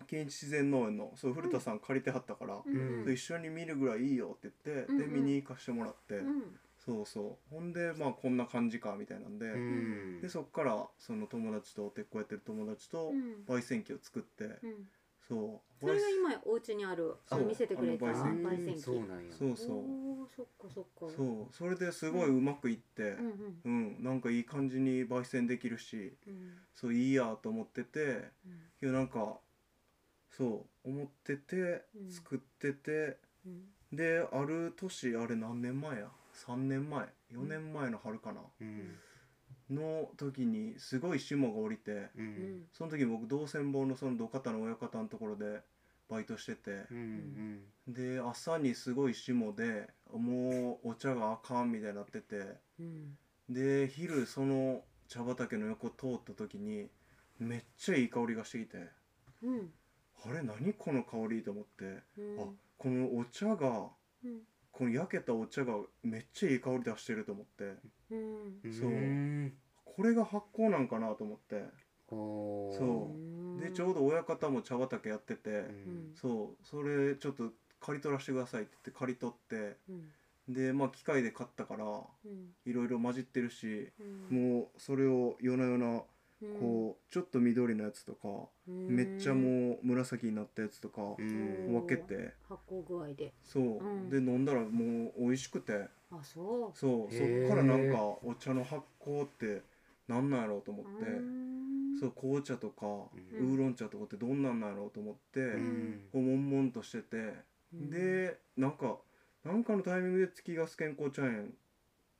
S1: う県知自然農園のそう古田さん借りてはったから、
S2: うん
S1: そう一緒に見るぐらいいいよって言って、
S2: うんう
S1: で
S2: ん
S1: 見に行かしてもらって、
S2: うん
S1: そうそうほんでまあこんな感じかみたいなんで、
S3: うん
S1: でそっからその友達と鉄鋼やってる友達と
S2: うん
S1: 焙煎機を作って、
S2: うん
S1: そう
S2: それ
S1: 焙
S2: が
S1: 煎
S2: 今お家にあるあの
S1: そう
S2: 見せてくれた
S1: あの
S3: うん
S2: 焙煎機
S3: そうなんや
S1: そうそう
S2: おーそっかそっか
S1: そうそれですごいうまくいって
S2: うんうん
S1: うん、なんかいい感じに焙煎できるし
S2: うん
S1: そういいやと思ってて
S2: うん
S1: いやなんかそう思ってて
S2: うん
S1: 作ってて、
S2: うん
S1: である年あれ何年前や3年前4
S2: ん
S1: 年前の春かな
S3: うん
S1: の時にすごい霜が降りて
S3: う
S2: うんん
S1: その時僕同線坊のその土方の親方のところでバイトしてて、
S3: うんうん
S1: で朝にすごい霜でもうお茶があかんみたいになってて
S2: うん
S1: で昼その茶畑の横通った時にめっちゃいい香りがしてきてあ
S2: うん
S1: れ何この香りと思って、
S2: うん
S1: あこのお茶が
S2: うん
S1: この焼けたお茶がめっちゃいい香り出してると思って
S2: うん
S3: うん
S1: そうんこれが発酵なんかなと思って
S3: おー
S1: そうでちょう
S2: ど
S1: ど親方も茶畑やってて、
S3: うん
S1: そうそれちょっと刈り取らせてくださいって言って刈り取って
S2: うん
S1: でまあ機械で買ったから
S2: うん
S1: いろいろ混じってるし
S2: うん
S1: もうそれを夜な夜な
S2: うん
S1: こうちょっと緑のやつとか、
S2: うん
S1: めっちゃもう紫になったやつとか
S3: うん
S1: 分けて
S2: 発酵具合で
S1: そう、
S2: うん
S1: で飲んだらもう美味しくて
S2: あそう
S1: そうそ
S3: へー
S1: っからなんかお茶の発酵ってなんなんやろうと思って、
S2: うん
S1: そう紅茶とか、
S3: うん
S1: ウーロン茶とかってどんなんなんやろうと思って、
S3: うん
S1: こう悶々としてて、
S2: うん
S1: でなんかなんかのタイミングで月がす健康茶園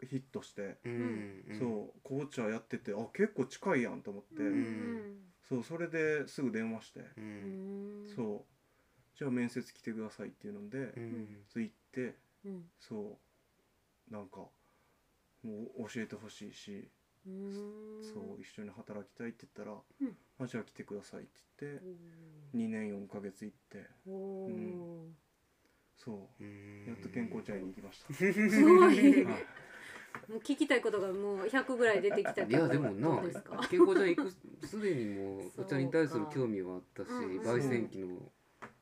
S1: ヒットして、
S3: うんうん
S1: そう紅茶やっててあ結構近いやんと思って。
S2: うん
S1: そうそれですぐ電話して、
S3: う
S2: うんん
S1: そうじゃあ面接来てくださいっていうので、
S3: うん
S1: そう行って
S2: うん
S1: そうなんかもう教えてほしいし、
S2: うん
S1: そう一緒に働きたいって言ったら「
S2: うん
S1: あじゃあ来てください」って言って、
S2: う
S1: 2年4ヶ月行って
S2: んおー
S1: そううんやっと健康茶屋に行きました、
S2: すごい
S1: はい
S2: もう聞きたいことがもう100ぐらい出てきたけ
S3: いやでも
S2: ど
S3: な
S2: うですか
S3: 健康ちゃん行くすでにも
S2: そうう
S3: お茶に対する興味はあったし
S2: うんうん
S3: 焙煎機の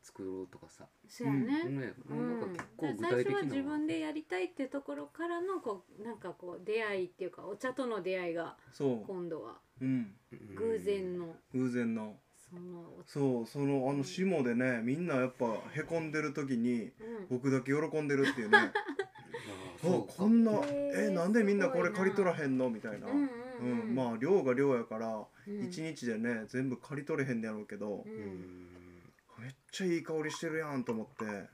S3: 作ろうとかさ
S2: そうやね、
S3: ねなんか結構具
S2: 最
S3: 体
S2: 初は自
S3: 的な
S2: 分でやりたいってところからのこうなんかこう出会いっていうかお茶との出会いが
S1: そ
S2: 今度は
S1: う、うん、
S3: うん
S2: 偶然の
S1: 偶然の
S2: そのお茶
S1: そうそのあの下でねみんなやっぱへこんでる時に
S2: うん
S1: 僕だけ喜んでるっていう ね
S3: あ
S1: あ
S3: そうか
S1: こんな
S2: へー
S1: えなんでみんな
S2: すご
S1: こ
S2: いな
S1: れ借り取らへんのみたいな、
S2: うん
S1: うん、
S2: あ
S1: まあ量が量やから
S2: 一
S1: 1日でね全部刈り取れへんねやろうけど
S2: う
S3: うんん
S1: めっちゃいい香りしてるやんと思って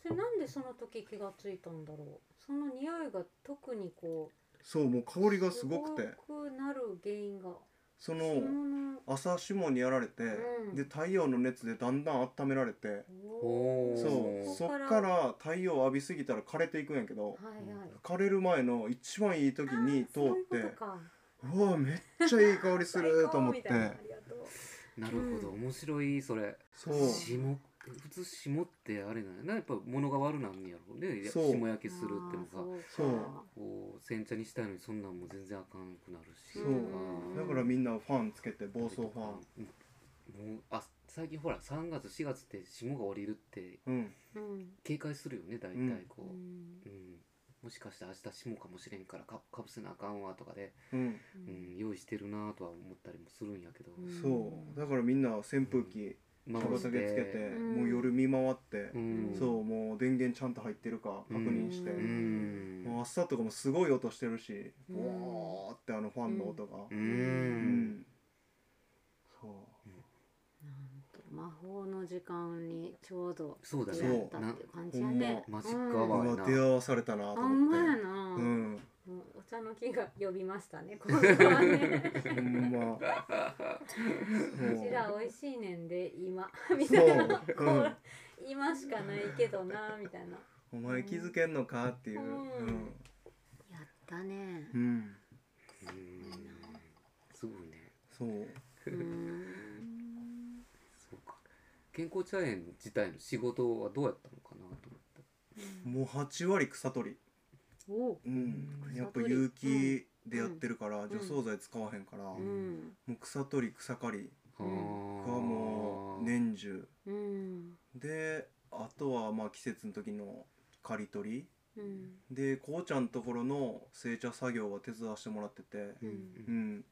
S2: それなんでその時気がついたんだろうその匂いが特にこ
S1: そうもう香り
S2: う
S1: がすごくて
S2: すごくなる原因が
S1: そ
S2: そ
S1: の
S2: の
S1: 朝霜にやられて
S2: うん
S1: で太陽の熱でだんだん温められて
S2: お
S3: お
S2: ー
S3: ー
S1: そうそっ
S2: そっから
S1: から太陽浴びすぎたら枯れていくんやけど
S2: はいはい
S1: 枯れる前の一番いい時に通
S2: そういう
S1: っ
S2: こ
S1: て
S2: とか
S1: うわめっちゃいい香りすると思っ
S2: 最
S1: て
S2: 高みたいなありがとう
S3: なるほど
S2: う
S3: 面白いそれ
S1: そう
S3: 霜普通霜ってあれなんやなやっぱ物が悪なんやろうねや
S1: そう
S3: 霜焼けするっての
S2: あ
S3: が
S2: ー
S1: そう
S2: か
S3: こう煎茶にしたいのにそんなんも全然あかんくなるし
S1: そう
S3: と
S2: うん
S1: だからみんなファンつけて暴走ファン
S3: もうあ最近ほら3月4月って霜が降りるって
S1: うん
S2: うん
S3: 警戒するよね大
S1: うん
S3: 体こう、うんもしかして明日霜かもしれんからかかぶせなあかんわとかで、
S1: うん
S2: う
S3: うん
S2: ん
S3: 用意してるなとは思ったりもするんやけど、
S2: うん
S1: そうだからみんな扇風機
S3: まあ
S1: 茶畑つけて、
S2: うん
S1: もう夜見回って
S3: う、ん、
S1: そうもう電源ちゃんと入ってるか確認して、
S3: う
S2: うん
S1: もう朝とかもすごい音してるし、う
S2: う
S1: んわーってあのファンの音が、
S3: う
S1: うん
S3: ん
S1: そ
S2: なんと魔法の時間にちょうど
S3: そうだ
S2: 出
S3: ね
S2: 会った
S1: そ
S2: っ
S3: な
S2: ていう感じやね
S1: ほ
S3: んまマジか
S1: う
S3: やば
S1: う
S3: いな
S1: わ出会わされたな
S2: うん
S1: と
S2: あん
S1: 思っ
S2: まや
S1: て
S2: な、
S1: うん
S2: もうお茶の木が呼びましたねこれはね
S1: ほんま
S2: うちら美味しいねんで今みた
S1: そう
S2: いな、こう
S1: うん
S2: 今しかないけどなみたいな
S1: お前気づけんのかっていう
S2: うん
S5: やったね
S1: うん、うん、
S3: うんすごいね
S1: そう
S2: うーん
S3: そうか健康茶園自体の仕事はどうやったのかなと思った
S1: もう8割草取り
S2: おう
S1: うん
S3: うん
S1: やっぱ
S2: 草取り
S1: 有機でやってるから、除草剤使わへんから、
S3: う
S2: う
S1: も
S2: ん
S1: う草取り草刈り
S3: あー
S1: がもう年中
S2: うん
S1: であとはまあ季節の時の刈り取り
S2: うん
S1: でこうちゃんところの製茶作業は手伝わせてもらってて
S3: うん
S1: う
S3: うん
S1: ん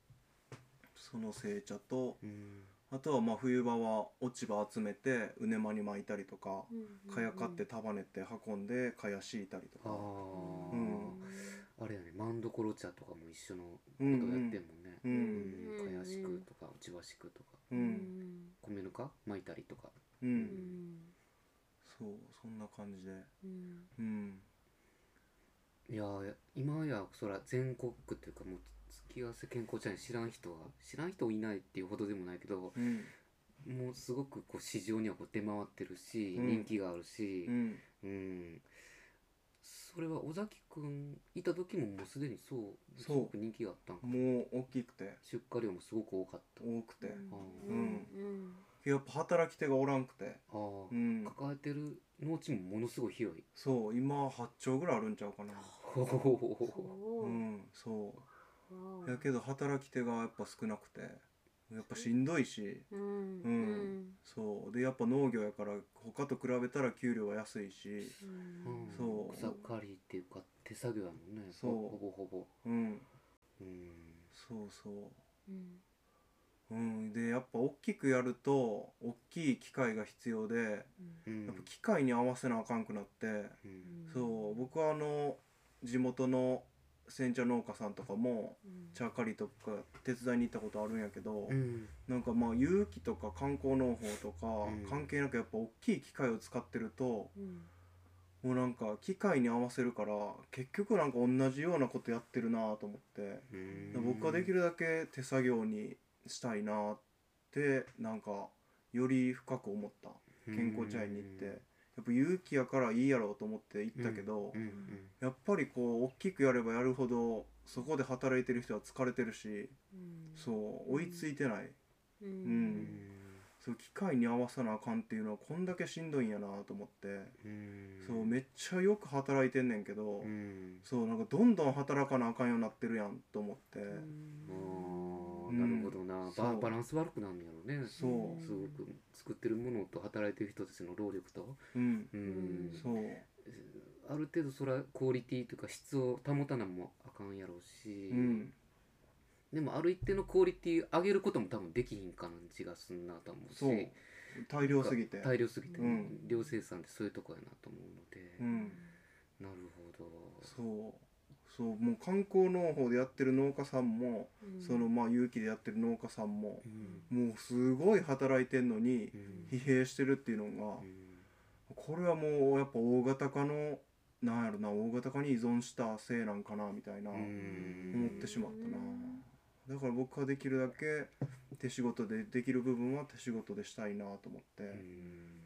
S1: その製茶と
S3: うん
S1: あとはまあ冬場は落ち葉集めてうねまに巻いたりとか
S2: うん
S1: かやかって束ねて運んでかや敷いたりと
S3: あ
S1: か
S3: ー
S1: うん
S3: あれやねまんどころ茶とかも一緒のこ
S1: う
S3: と
S1: ん
S3: やってんもんね
S1: う
S3: うんんかやしくとか落ち葉しくとか
S1: う
S2: うんん
S3: 米ぬか巻いたりとか
S1: う
S2: うんん
S1: そうそんな感じで
S2: うん
S1: うん
S3: いやー今やそら全国区っていうかもう月合わせ健康茶に知らん人は知らん人いないっていうほどでもないけど
S1: うん
S3: もうすごくこう市場にはこう出回ってるし、
S1: うん
S3: 人気があるし
S1: う、ん
S3: うんそれは尾崎くんいた時ももうすでにそうす
S1: そう
S3: ごく人気があったんか
S1: もう大きくて
S3: 出荷量もすごく多かった
S1: 多くて
S2: うんうん
S1: やっぱ働き手がおらんくて
S3: あー、
S1: うん
S3: 抱えてる農地もものすごい広い
S1: そう今8丁ぐらいあるんちゃうかな
S3: ほほほほほ
S2: そう
S1: うんそう
S2: わ
S1: やけど働き手がやっぱ少なくてやっぱしんどいし
S2: あうん
S1: う
S2: うんん
S1: そうでやっぱ農業やから他と比べたら給料は安いし
S3: うん
S1: そう
S3: 草刈りっていうか手作業やもんね
S1: そう
S3: ほほぼほぼ
S1: うん
S3: うん
S1: そうそ
S2: うん
S1: ううんでやっぱ大きくやると大きい機械が必要で
S3: う
S1: やっぱ
S3: ん
S1: 機械に合わせなあかんくなって
S3: うん
S1: そう僕はあの地元の煎茶農家さんとかも
S2: うん
S1: 茶刈りとか手伝いに行ったことあるんやけど、
S3: うん
S1: なんかまあ有機とか観光農法とか
S3: うん
S1: 関係なくやっぱ大きい機械を使ってると
S2: うん
S1: もうなんか機械に合わせるから結局なんか同じようなことやってるなと思って
S3: うん
S1: 僕はできるだけ手作業にしたいなってなんかより深く思った健康茶園に行ってやっぱ有機やからいいやろうと思って行ったけど
S3: うんうん
S1: やっぱりこう大きくやればやるほどそこで働いてる人は疲れてるし
S2: うん
S1: そう追いついてない。
S2: う
S3: うん
S2: ん
S1: そう機械に合わさなあかんっていうのはこんだけしんどいんやなと思って、
S3: うん
S1: そうめっちゃよく働いてんねんけど、
S3: うん
S1: そうなんかどんどん働かなあかんようになってるやんと思って、う
S3: あー
S1: ん
S3: なるほどな
S1: そ
S3: バ
S1: う
S3: バランス悪くなるんやろうね
S1: そう
S2: うん
S3: すごく作ってるものと働いてる人たちの労力と
S1: うん、
S3: うん
S2: うん
S1: そう
S3: ある程度それはクオリティというか質を保たなもあかんやろうし
S1: うん
S3: でもある一定のクオリティ上げることも多分できひん感じがすんなと思うし
S1: そう大量すぎて
S3: 大量すぎて
S1: うん
S3: 量生産ってそういうとこやなと思うので
S1: うん
S3: なるほ
S1: そうそうもう観光農法でやってる農家さんも、
S2: うん
S1: そのまあ有機でやってる農家さんも
S3: ど、うん
S1: もうすごい働いてんのに
S3: うん
S1: 疲弊してるっていうのが、
S3: うん
S1: これはもうやっぱ大型化のなんやろな大型化に依存したせいなんかなみたいな
S3: う
S1: 思
S3: ん
S1: ってしまったな、だから僕はできるだけ手仕事でできる部分は手仕事でしたいなと思って、
S3: うん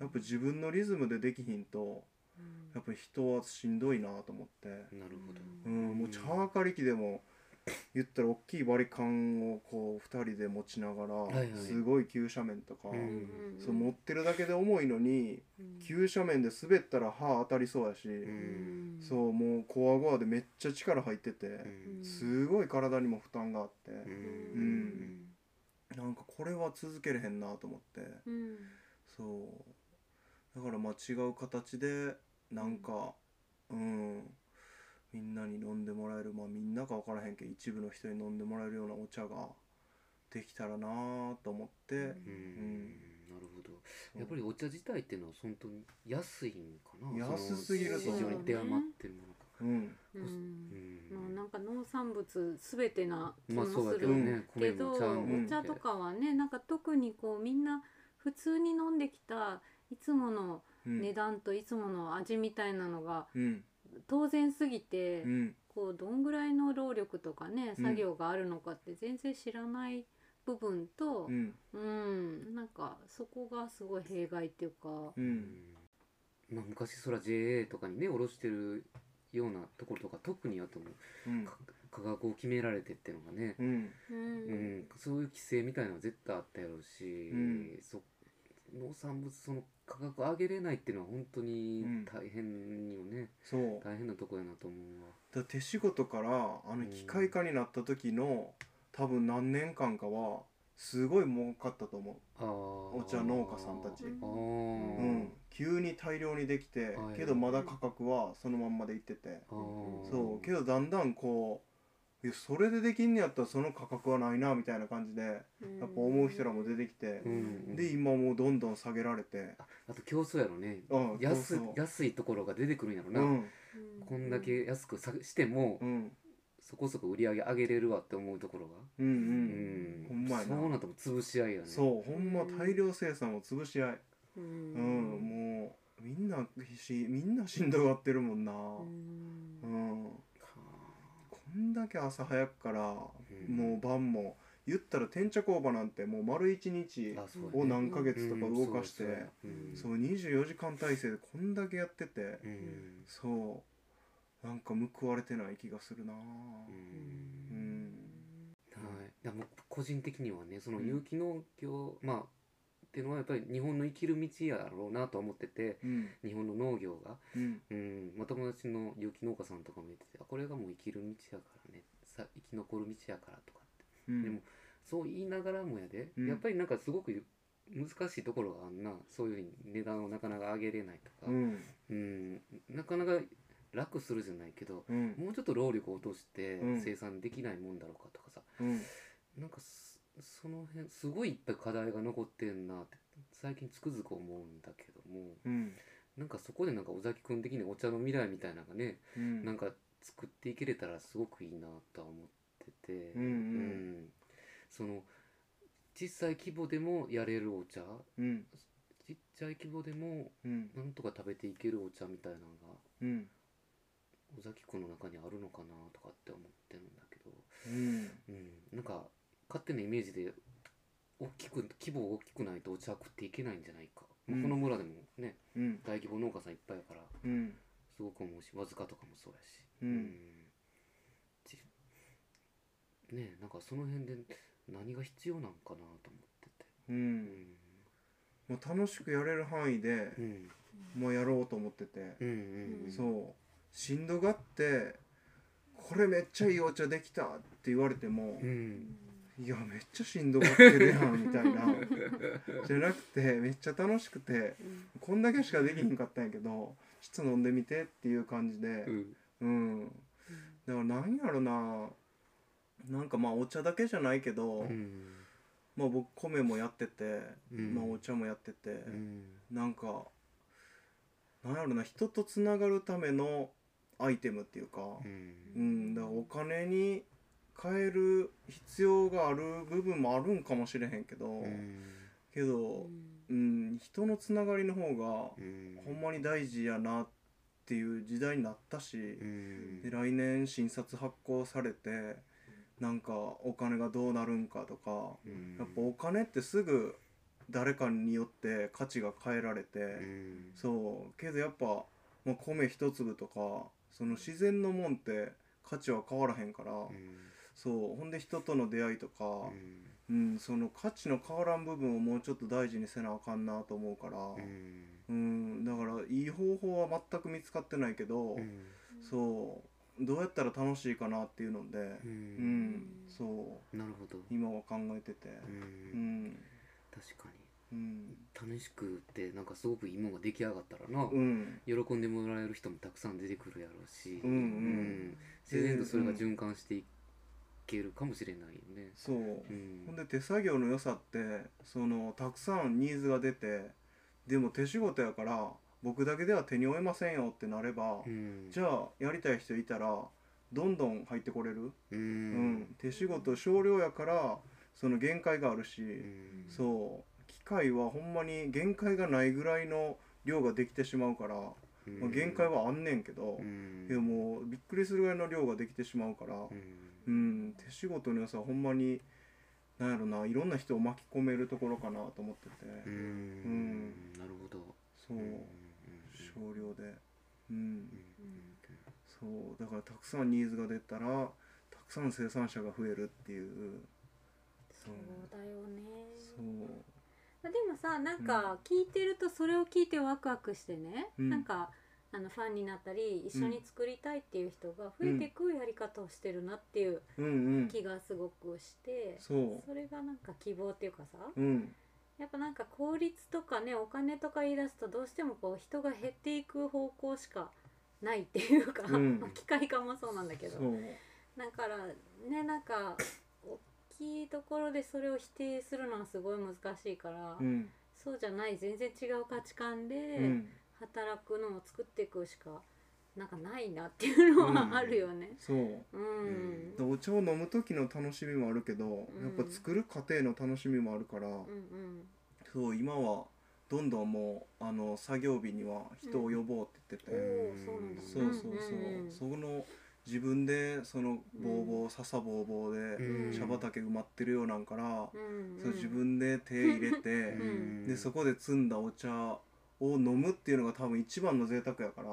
S1: やっぱ自分のリズムでできひんとやっぱ人はしんどいなと思って、
S3: なるほど
S1: うん、もうチャーカリ機でも言ったら大きいバリカンをこう2人で持ちながら、
S3: はいはい
S1: すごい急斜面とか、
S3: うん
S1: そう持ってるだけで重いのに急斜面で滑ったら歯当たりそうやし、
S3: うん
S1: そうもうコアゴアでめっちゃ力入ってて、
S3: うん
S1: すごい体にも負担があって、
S3: うん
S1: なんかこれは続けれへんなと思ってそうだからまあ違う形でなんかうん、みんなに飲んでもらえるまあみんなか分からへんけど一部の人に飲んでもらえるようなお茶ができたらなと思って、
S2: うん
S3: うんなるほどやっぱりお茶自体っていうのは本当に安いんかな
S1: 安すぎると
S3: その市場に出余ってるものか
S1: うん
S2: うん
S3: う
S5: まあ
S3: ん
S5: なんか農産物すべてな気
S3: ま
S5: も
S3: あ
S5: す
S3: そうやけ
S5: る
S3: どね
S5: け
S3: 米
S5: ど
S3: も
S5: お
S3: 茶も
S1: うん
S5: 茶とかはねなんか特にこうみんな普通に飲んできたいつもの
S1: うん
S5: 値段といつもの味みたいなのが
S1: うん
S5: 当然すぎて
S1: うん
S5: こうどんぐらいの労力とかね
S1: うん
S5: 作業があるのかって全然知らない部分と
S1: うん
S5: うんなんかそこがすごい弊害っていうか
S1: う
S3: うんんまあ昔そら JA とかにね卸してるようなところとか特にやと思う
S1: うん
S3: か価格を決められてってのがね
S1: うん
S5: う
S3: うんんそういう規制みたいなのは絶対あったやろう
S1: うん
S3: しそ農産物その価格上げれないっていうのは本当に
S1: うん
S3: 大変よね
S1: そう
S3: 大変なとこやなと思うわ
S1: だ手仕事からあの機械化になった時の、多分何年間かはすごい儲かったと思
S3: あお
S1: お茶農家さんたち
S3: ああ、
S1: う、
S2: う
S1: うんん、急に大量にできて、
S3: はい
S1: けどまだ価格はそのまんまでいってて、
S3: あー
S1: そうけどだんだんこういやそれでできんのやったらその価格はないなみたいな感じでやっぱ思う人らも出てきて
S3: う、ん、
S1: で今もうどんどん下げられて、
S3: ああと競争やろね
S1: うん、そ
S3: 安
S1: うそう
S3: 安いところが出てくるんやろ
S1: う
S3: な、
S1: ん
S3: こんだけ安くさしても、
S1: うん
S3: そこそこ売り上げ上げれるわって思うところが
S1: う
S3: うん
S1: ほんまやな
S3: そうなったら潰し合いや
S1: う
S3: ね
S1: んそうほんま大量生産を潰し合い
S2: うん
S1: うん、もうみんな必死みんなしんどがってるもんな
S2: うん
S1: うん、
S3: は
S1: こんだけ朝早くから
S3: うん
S1: もう晩も言ったら転茶工場なんてもう丸一日
S3: あそうやね
S1: を何ヶ月とか動かして、
S3: うん
S1: そうう24時間体制でこんだけやってて、
S3: やうん
S1: そうなんか報われてない気がするなぁ
S3: うん
S1: う
S3: うん
S1: ん
S3: はい、でも個人的にはねその
S1: うん
S3: 有機農業、まあっていうのはやっぱり日本の生きる道やろうなと思ってて
S1: うん
S3: 日本の農業が、
S1: うん
S3: うんまあ、友達の有機農家さんとかも言っててあこれがもう生きる道やからねさ生き残る道やからとかって
S1: うん
S3: でもそう言いながらもやで、
S1: うん
S3: やっぱりなんかすごく難しいところがあんなそういうふうに値段をなかなか上げれないと
S1: う
S3: か、
S1: ん
S3: うんなかなか楽するじゃないけど
S1: うん
S3: もうちょっと労力を落として
S1: うん
S3: 生産できないもんだろうかとかさ、
S1: うん
S3: なんかすその辺すごいいっぱい課題が残ってんなって最近つくづく思うんだけども
S1: うん
S3: なんかそこでなんか尾崎君的にお茶の未来みたいなのがね、
S1: うん
S3: なんか作っていけれたらすごくいいなとは思ってて、
S1: うんうん
S3: んその小さい規模でもやれるお茶
S1: うん
S3: ちっちゃい規模でも
S1: うん
S3: なんとか食べていけるお茶みたいなのが
S1: うん
S3: 尾崎君の中にあるのかなとかって思ってるんだけど。
S1: うん
S3: うん、なんか勝手なイメージで大きく規模大きくないとお茶食っていけないんじゃないか、まあ
S1: うん
S3: この村でもね
S1: うん
S3: 大規模農家さんいっぱいやから
S1: うん
S3: すごく思うしわずかとかもそうやし、
S1: うん
S3: ちねえなんかその辺で何が必要なんかなと思ってて
S1: う
S3: うん
S1: んもう楽しくやれる範囲で
S3: うん
S1: もうやろうと思ってて
S3: うんうんうん
S1: そうしんどがってこれめっちゃいいお茶できたって言われても
S3: うん
S1: いやめっちゃしんどがってるやんみたい なじゃなくてめっちゃ楽しくてこんだけしかできひんかったんやけどちょっと飲んでみてっていう感じで
S3: うん
S1: うん、だからなんやろななんかまあお茶だけじゃないけど、
S3: うん
S1: まあ僕米もやってて、
S3: うん
S1: まあお茶もやってて、
S3: うん
S1: なんかなんやろな人とつながるためのアイテムっていうか、
S3: うん
S1: うん、だからお金に変える必要がある部分もあるんかもしれへんけど、けど、うん、人のつながりの方が
S3: うん
S1: ほんまに大事やなっていう時代になったし、
S3: うん
S1: で来年新札発行されてなんかお金がどうなるんかとか、
S3: うん
S1: やっぱお金ってすぐ誰かによって価値が変えられて、
S3: うん
S1: そうけどやっぱ、まあ、米一粒とかその自然のもんって価値は変わらへんから、
S3: うん
S1: そうほんで人との出会いとか、
S3: うん
S1: うん、その価値の変わらん部分をもうちょっと大事にせなあかんなと思うから、
S3: うん
S1: うん、だからいい方法は全く見つかってないけど、
S3: うん
S1: そうどうやったら楽しいかなっていうので、
S3: う
S1: うん
S3: ん
S1: そう
S3: なるほど、
S1: 今は考えてて、
S3: う、
S1: うんん
S3: 確か
S1: うん
S3: に楽しくってなんかすごくいいものが出来上がったらな、
S1: うん
S3: 喜んでもらえる人もたくさん出てくるやろうし、
S1: うんうん
S3: 自然とそれが循環していけるかもしれないよね。
S1: そう、
S3: うん
S1: ほんで手作業の良さってそのたくさんニーズが出てでも手仕事やから僕だけでは手に負えませんよってなれば、
S3: うん
S1: じゃあやりたい人いたらどんどん入ってこれる、う
S3: う
S1: ん
S3: ん
S1: 手仕事少量やからその限界があるし、
S3: うん
S1: そう機械はほんまに限界がないぐらいの量ができてしまうから、
S3: うん
S1: まあ、限界はあんねんけど、
S3: うん
S1: でもうびっくりするぐらいの量ができてしまうから、
S3: う
S1: うんん、手仕事の良さはほんまになんやろないろんな人を巻き込めるところかなと思ってて、
S3: うんなるほど。
S1: そう、
S3: うんうん
S1: 少量で、うん
S3: うんうん
S1: そうだからたくさんニーズが出たらたくさん生産者が増えるっていう
S2: そうだよね
S1: そう
S2: まあでもさなんか聞いてるとそれを聞いてワクワクしてね、
S1: うん
S2: なんかあのファンになったり一緒に作りたいっていう人が増えていくやり方をしてるなっていう
S1: うんうん
S2: 気がすごくして、
S1: そ
S2: それがなんか希望っていうかさ、
S1: ううん
S2: やっぱなんか効率とかねお金とか言い出すとどうしてもこう人が減っていく方向しかないっていうか、
S1: うん
S2: まあ機械化もそうなんだけど
S1: そう
S2: だからねなんか大きいところでそれを否定するのはすごい難しいから、
S1: うん
S2: そうじゃない全然違う価値観
S1: う
S2: で
S1: ん
S2: 働くのを作っていくしかなんかないなっていうの
S1: うん
S2: はあるよね。
S1: そう
S2: うん、うん
S1: でお茶を飲む時の楽しみもあるけど、
S2: うん
S1: やっぱ作る過程の楽しみもあるから、
S2: うん
S1: そう今はどんどんもうあの作業日には人を呼ぼうって言ってて、
S2: おおそうなんだ
S1: そううんそうそう、
S2: うんうん
S1: その自分でそのぼうぼう笹ぼうぼうで
S2: うん
S1: 茶畑埋まってるようなんから、
S2: うん
S1: そう自分で手入れて、
S2: ん
S1: でそこで摘んだお茶を飲むっていうのが多分一番の贅沢やから、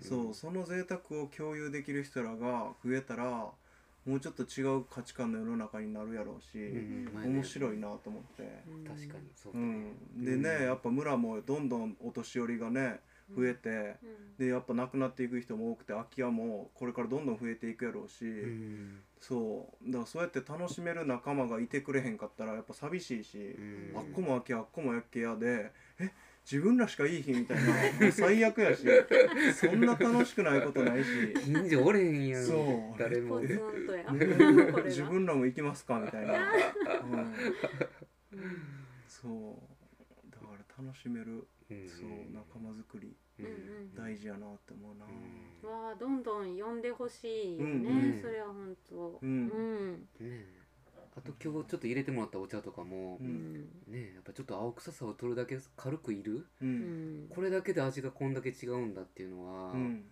S1: そうその贅沢を共有できる人らが増えたらもうちょっと違う価値観の世の中になるやろうし、面白いなと思って。
S2: うん
S3: 確かにそう
S1: う
S3: だね
S1: ん、でね、やっぱ村もどんどんお年寄りがね増えて、
S2: うん
S1: でやっぱ亡くなっていく人も多くて空き家もこれからどんどん増えていくやろうし、
S3: うん
S1: そうだからそうやって楽しめる仲間がいてくれへんかったらやっぱ寂しいし
S3: う、ん
S1: あっこも空き家あっこも空き家でえ自分らしかいい日みたいなもう最悪 やしそんな楽しくないことないし
S3: 近所おれへんやん
S1: そう
S3: 誰も
S2: ポツンとや これ
S1: 自
S2: が
S1: 分らも行きますかみたいな、うん、
S2: うん
S1: そうだから楽しめる、
S3: うん
S1: そう仲間作り
S3: うん
S2: うん
S1: 大事やなって思うな。
S2: わあどんどん呼んでほしいよ
S1: う
S2: ね、
S1: ん
S3: うん
S2: それは本当
S1: うん
S3: うんねえあと今日ちょっと入れてもらったお茶とかも
S1: う
S2: うんん
S3: ねえやっぱちょっと青臭さを取るだけ軽くいる
S1: う
S2: うんん
S3: これだけで味がこんだけ違うんだっていうのは、
S1: うん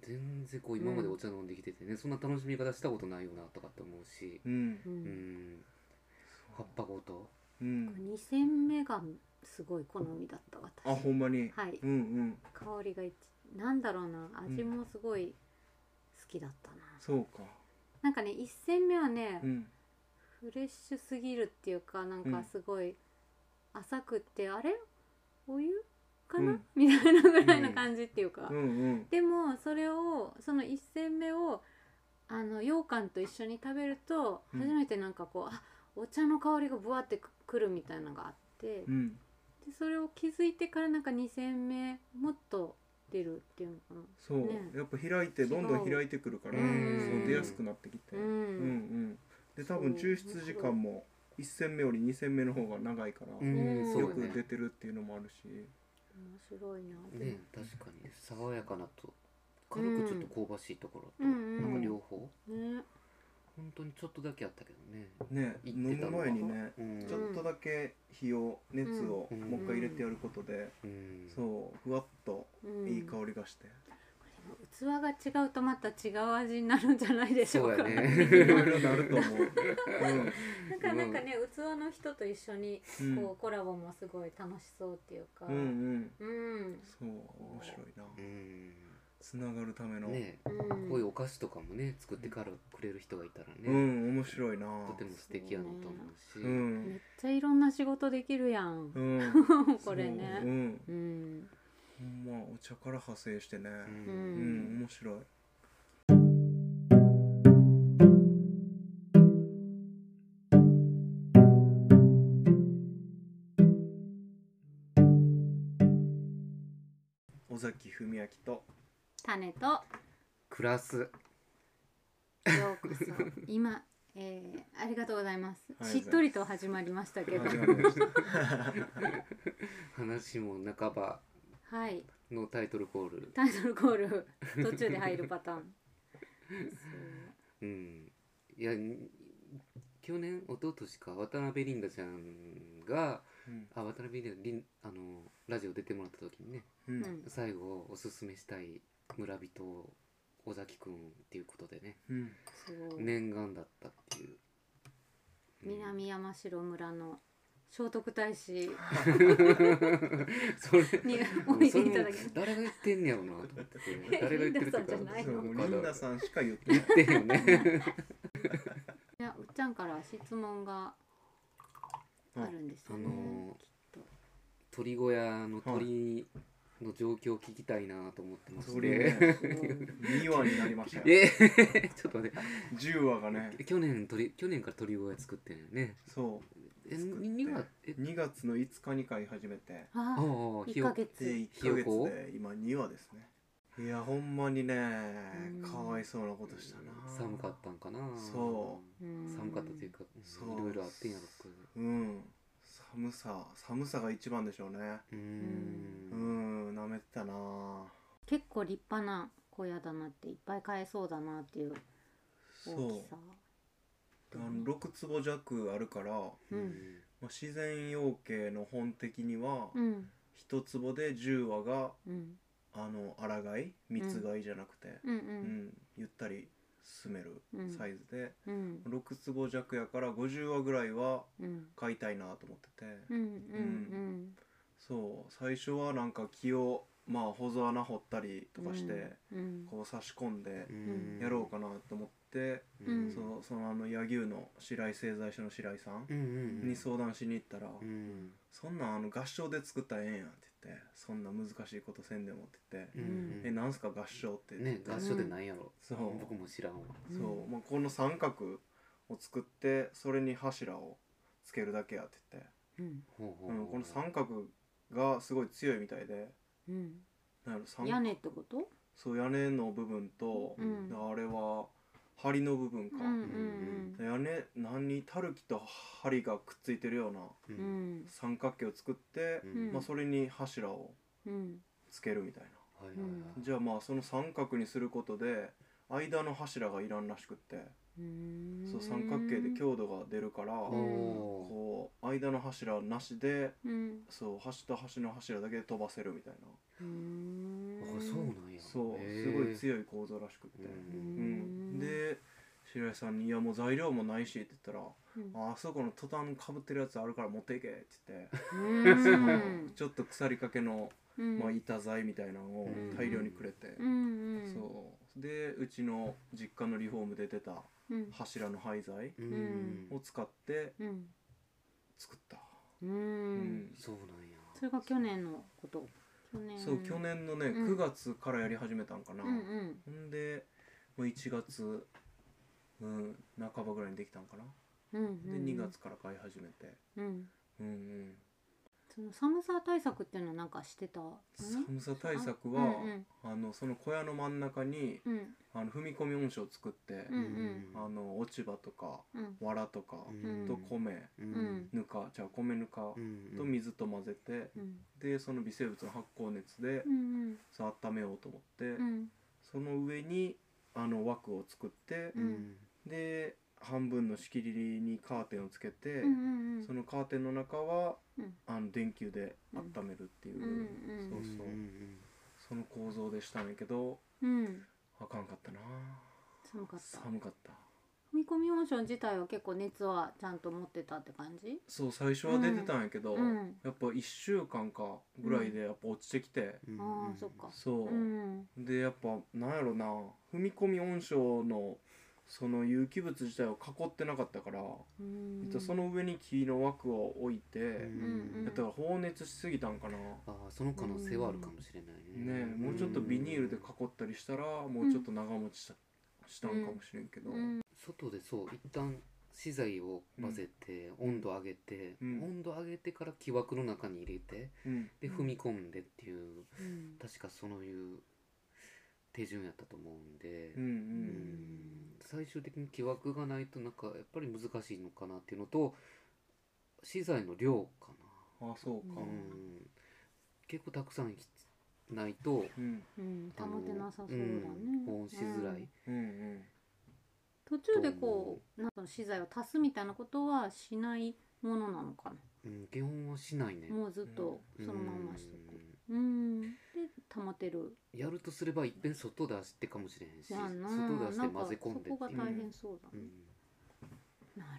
S3: 全然こう今までお茶飲んできててね、そんな楽しみ方したことないよなとかって思うし、
S1: うん
S2: う
S3: うん
S2: ん
S3: 葉っぱごと
S1: うん
S2: 二戦目がすごい好みだった私
S1: あほんまに、
S2: はい
S1: うんうん
S2: 香りが一なんだろうな味もすごい好きだったな、
S1: そうか
S2: なんかね一戦目はね、
S1: うん
S2: フレッシュすぎるっていうかなん
S1: うん
S2: かすごい浅くって、あれお湯かな、
S1: うん
S2: みたいなぐらいの感じっていうか、
S1: うんうん
S2: でもそれをその一戦目をあの羊羹と一緒に食べると
S1: うん
S2: 初めてなんかこう、あお茶の香りがぶわってくくるみたいなのがあって、
S1: うん
S2: でそれを気づいてからなんか2戦目もっと出るっていうのかな。
S1: そう、
S2: ね
S1: やっぱ開いてどんどん
S2: 違う
S1: 開いてくるから、
S2: うん
S1: そう出やすくなってきて、
S2: う
S1: うん
S2: ん
S1: うんで多分
S2: そう
S1: 抽出時間も1戦目より2戦目の方が長いから、
S3: ん
S2: うん
S3: そう
S1: よ
S3: だ
S1: く出
S3: ね
S1: てるっていうのもあるし、
S2: 面白いなでも、
S3: ね確かに爽やかなと軽くちょっと香ばしいところと、
S2: うん
S3: なん
S2: う
S3: か
S2: ん
S3: 両方
S2: ね
S3: 本当にちょっとだけあったけどね、
S1: ね
S3: 言っ
S1: 飲
S3: てた
S1: む
S3: の
S1: 前にね
S3: うん
S1: ちょっとだけ火を熱を
S3: うん
S1: もう一回入れてやることで、
S3: うん、
S1: そうふわっと
S2: うん、
S1: いい香りが して、
S2: 器が違うとまた違う味になるんじゃないでしょうか
S3: そうや
S1: いろ
S3: ね
S1: いろなると思う、
S2: なんかなんかね器の人と一緒に
S1: うん
S2: こうコラボもすごい楽しそうっていうか、
S1: うん、うんうん
S2: うん
S1: そう面白いな
S3: うん
S1: つながるための、
S3: ね
S2: うん
S3: こういうお菓子とかもね作ってからくれる人がいたら
S1: う
S3: ね、
S1: ん面白いな
S3: とても素敵やなと思うし、
S1: う
S2: めっ
S1: ん、
S2: ちゃいろんな仕事できるやん
S1: うん、
S2: これ
S1: そうう
S2: ね
S1: ん
S2: うん
S1: ほんまお茶から派生してね
S3: う
S2: うん
S1: うん、
S2: ん
S1: 面白い尾崎文明と
S2: 種とよ
S3: クラス
S2: う こそ今えーありがとうございます
S1: ありがとうございます
S2: しっとりと始まりましたけど
S1: 始まりました
S3: 話も半ば
S2: はい
S3: のタイトルコール、
S2: タイトルコール途中で入るパターン
S3: うん、いやん去年一昨年か渡辺リンダちゃんが
S1: うん
S3: あ渡辺リンダリンあのラジオ出てもらった時にね
S1: う
S2: そ
S1: ん
S2: う、うん
S3: 最後おすすめしたい村人を尾崎くんっていうことでね
S1: うん
S2: そう
S3: 念願だったっていう、うん
S2: 南山城村の聖徳太子
S3: それ
S2: においでいただき
S3: それも誰が言ってんねやろなと思って誰が言ってるっていう
S2: リン
S3: か
S2: ダさんじゃない
S1: そう
S2: の
S1: もう
S3: まだ
S1: リンダさんしか言ってない
S3: 言ってんよね
S2: いやうっちゃんから質問があるんです
S3: あ
S2: よ
S3: の
S2: ね、
S3: ー鳥小屋の鳥の状況を聞きたいなと思ってまし
S1: それ
S3: て。
S1: ね2話になりましたよ
S3: えちょっと待って
S1: 10話がね
S3: 去年取り去年から鳥越作ってんよね。
S1: そ
S3: え
S1: 作って
S3: にはえ
S1: う2月の5日に買い始めて
S3: あ
S5: あ
S3: あ
S5: あ
S3: ひ
S5: 一
S3: よ
S5: ヶ月
S1: で1
S3: ひよ
S1: ヶ
S3: こ
S1: 月で今2話ですねいやほんまにねかわいそうなことしたな
S3: 寒かったんかな。
S1: そ
S3: 寒かったというか
S1: そう
S3: いろいろあってんやろこれ。
S1: うん寒さ寒さが一番でしょうね
S3: う
S1: う
S3: ー。
S1: んんなめてたな
S2: 結構立派な小屋だなっていっぱい買えそうだなっていう大き
S1: そ
S2: さ
S1: うあの6坪弱あるから、ま
S2: うん
S1: あ、自然養鶏の本的には
S2: うん
S1: 1坪で10羽が
S2: うん
S1: あの荒飼い蜜飼いじゃなくて、
S2: うんう
S1: うん
S2: ん
S1: ゆったり住める
S2: うん
S1: サイズで、
S2: うん
S1: 6坪弱やから50羽ぐらいは
S2: うん
S1: 飼いたいなと思ってて、
S2: うんうん
S1: そう最初はなんか木をまあホゾ穴掘ったりとかして、
S2: うん
S1: こう差し込んで
S3: うん
S1: やろうかなと思って、
S2: うん
S1: そのそのあの柳生の白井製材所の白井さん
S3: うんうんうん。
S1: に相談しに行ったら、
S3: うん
S1: そんなんあの合唱で作ったらええんやんって言ってそんな難しいことせんでもって言って
S3: う、ん。
S1: えなんすか合唱ってって言っ
S3: ね
S1: て
S3: 合唱でなんやろ。
S1: そう
S3: 僕も知らんわ。
S1: そう、まあ、この三角を作ってそれに柱をつけるだけやって言って、
S2: うん
S3: ほうほう
S1: う
S3: ほ
S1: ん、
S3: う
S1: この三角がすごい強いみたいで
S2: うん
S1: なんやろ三
S2: 屋根ってこと
S1: そう屋根の部分と、
S2: うん
S1: であれは梁の部分か、
S2: うんうん
S1: 屋根何たるきと梁がくっついてるような
S3: う
S2: うんん
S1: 三角形を作って、
S3: うん
S1: まあ、それに柱を
S2: うん
S1: つけるみたいな、
S3: はいはいはい
S1: じゃあまあその三角にすることで間の柱がいらんらしくって、
S2: うん
S1: そう三角形で強度が出るから、
S3: お
S2: ん
S3: お
S1: こう間の柱なしで
S2: うん
S1: そう端と端の柱だけで飛ばせるみたいな、
S2: うん
S3: ー。あそうなんや。
S1: そう
S3: へー
S1: すごい強い構造らしくって、
S3: う
S1: うん
S3: ん
S1: で白井さんに「いやもう材料もないし」って言ったら
S2: うん
S1: ああそこのトタンかぶってるやつあるから持っていけって言って、
S2: うん
S1: ちょっと腐りかけの、
S2: う ん
S1: まあ、板材みたいなのを
S3: うん
S1: 大量にくれて、
S2: うんうん
S1: そうでうちの実家のリフォームで出た
S2: うん
S1: 柱の廃材
S3: う
S1: を
S3: ん。
S1: 使って
S2: うん
S1: 作った、
S2: う
S1: うんん
S3: そうなんや。
S2: それが去年のこと去年
S1: そう去年のね
S2: うん
S1: 9月からやり始めたんかな、
S2: うんうん
S1: ほんでもう1月、うん、半ばぐらいにできたんかな
S2: うん
S1: で2月から買い始めて
S2: うん
S1: うんうん
S2: その寒さ対策っていうのはなんかしてたの
S1: 寒さ対策
S2: う
S1: は
S2: んうん
S1: あのその小屋の真ん中に
S2: うん
S1: あの踏み込み温床を作って、
S2: うん
S1: あの落ち葉とか
S2: うん
S1: 藁とか、
S2: ん
S1: と米
S3: う
S2: うん
S1: ぬかじゃあ米ぬか
S3: うん
S1: と水と混ぜて、
S2: うん
S1: でその微生物の発酵熱で
S2: う、ん
S1: そう温めようと思って、
S2: うん
S1: その上にあの枠を作って
S3: う、ん
S1: で半分の仕切りにカーテンをつけて、
S2: うんうんうん
S1: そのカーテンの中は、
S2: うん
S1: あの電球で温めるっていう、
S2: うん
S1: そうそう、
S3: ん
S1: その構造でしたんやけど
S2: うん
S1: あかんかったな
S2: 寒かった
S1: 寒かった
S2: 踏み込み温床自体は結構熱はちゃんと持ってたって感じ
S1: そう最初は出てたんやけど、
S2: うん
S1: やっぱ1週間かぐらいでやっぱ落ちてきて、
S3: うん
S2: ああそっか
S1: そう、
S2: うん
S1: でやっぱなんやろな踏み込み温床のその有機物自体を囲ってなかったから、
S2: うん
S1: えっとその上に木の枠を置いて、
S2: うん
S1: だから放熱しすぎたんかな、
S3: ああその可能性はあるかもしれない
S1: ね
S3: ね
S1: えもうちょっとビニールで囲ったりしたらもうちょっと長持ちした,、したんかもしれんけど、
S2: うん
S3: 外でそう一旦資材を混ぜて、温度上げて、
S1: うん
S3: 温度上げてから木枠の中に入れて
S1: うん
S3: で
S2: うん
S3: 踏み込んでっていう
S2: うん
S3: 確かそういう手順やったと思うんで、
S1: うんう
S3: うんん最終的に木枠がないとなんかやっぱり難しいのかなっていうのと資材の量か
S1: あそう
S3: な、
S1: か
S3: う
S2: うん
S3: ん、結構たくさんないと
S1: うん
S2: うん
S3: あの
S2: 保てなさそうだ
S3: う
S2: ね
S3: ん保温しづらい、
S2: うん
S1: うんうん
S2: 途中でこうなんか資材を足すみたいなことはしないものなのか
S3: うん、基本はしないね
S2: なもうずっと
S3: うん
S2: そのまんましてくうんで保てる
S3: やるとすればいっぺん外出してかもしれへんし
S2: やんな
S3: 外出して
S2: なん
S3: 混
S2: か
S3: ぜ込んで
S2: そこが
S3: っていう
S2: 大変そうだ
S3: う
S2: ね
S3: ん
S2: なる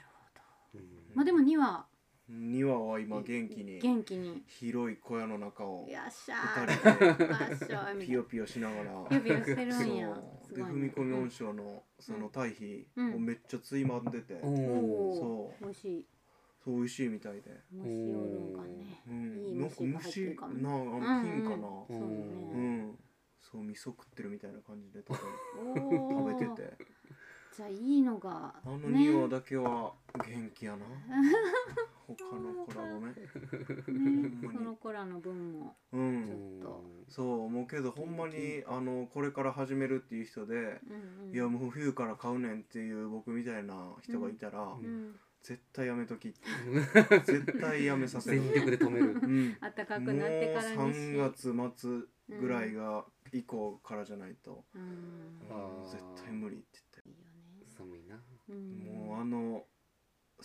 S2: ほど
S3: うん
S2: まあでも2は
S1: 2羽は今元気に
S2: 元気に
S1: 広い小屋の中を
S2: 「よっしゃ
S1: 二
S2: ー」
S1: 人で
S2: 「よっしゃー」み
S1: ピ
S2: たい
S1: ヨ
S2: な
S1: ピヨしながら
S2: ピヨピヨしてる
S1: そ
S2: んや
S1: う
S2: す
S1: で
S2: ごい
S1: 踏み込み温床のその堆肥
S2: うん
S1: をめっちゃついまんでて、
S3: おー
S2: おー
S1: そう
S2: 美味しい
S1: そう美味しいみたいで、
S2: 虫おるんがね
S1: うん
S2: いい
S1: なんか
S2: 虫が入ってる
S1: 虫
S2: か
S1: な
S2: も
S1: あの
S2: うん
S1: 菌かな
S2: そうだね
S1: う
S3: うん
S1: そう味噌食ってるみたいな感じで多分
S2: お
S1: 食べて
S2: ー
S1: て
S2: じゃあいいのが
S1: あの
S2: ね
S1: 2話だけは元気 やな他の子らごめん
S2: ね
S1: ほんまに
S2: その子らの分も
S1: う
S2: ちょっ
S1: ん
S2: と
S1: そうもうけどほんまにあのこれから始めるっていう人で
S2: うんうん
S1: いやもう冬から買うねんっていう僕みたいな人がいたら
S3: うん
S2: うん
S1: 絶対やめときって
S3: うん
S1: 絶対やめさせる
S3: 全力で止める
S1: うん
S2: 暖か
S1: も
S2: く
S1: う
S2: なってからにし
S1: 3月末ぐらいが以降からじゃないと
S2: うん
S3: あー
S1: 絶対無理って
S2: いいよね
S3: 寒いな
S2: うん
S1: 言ってもうあの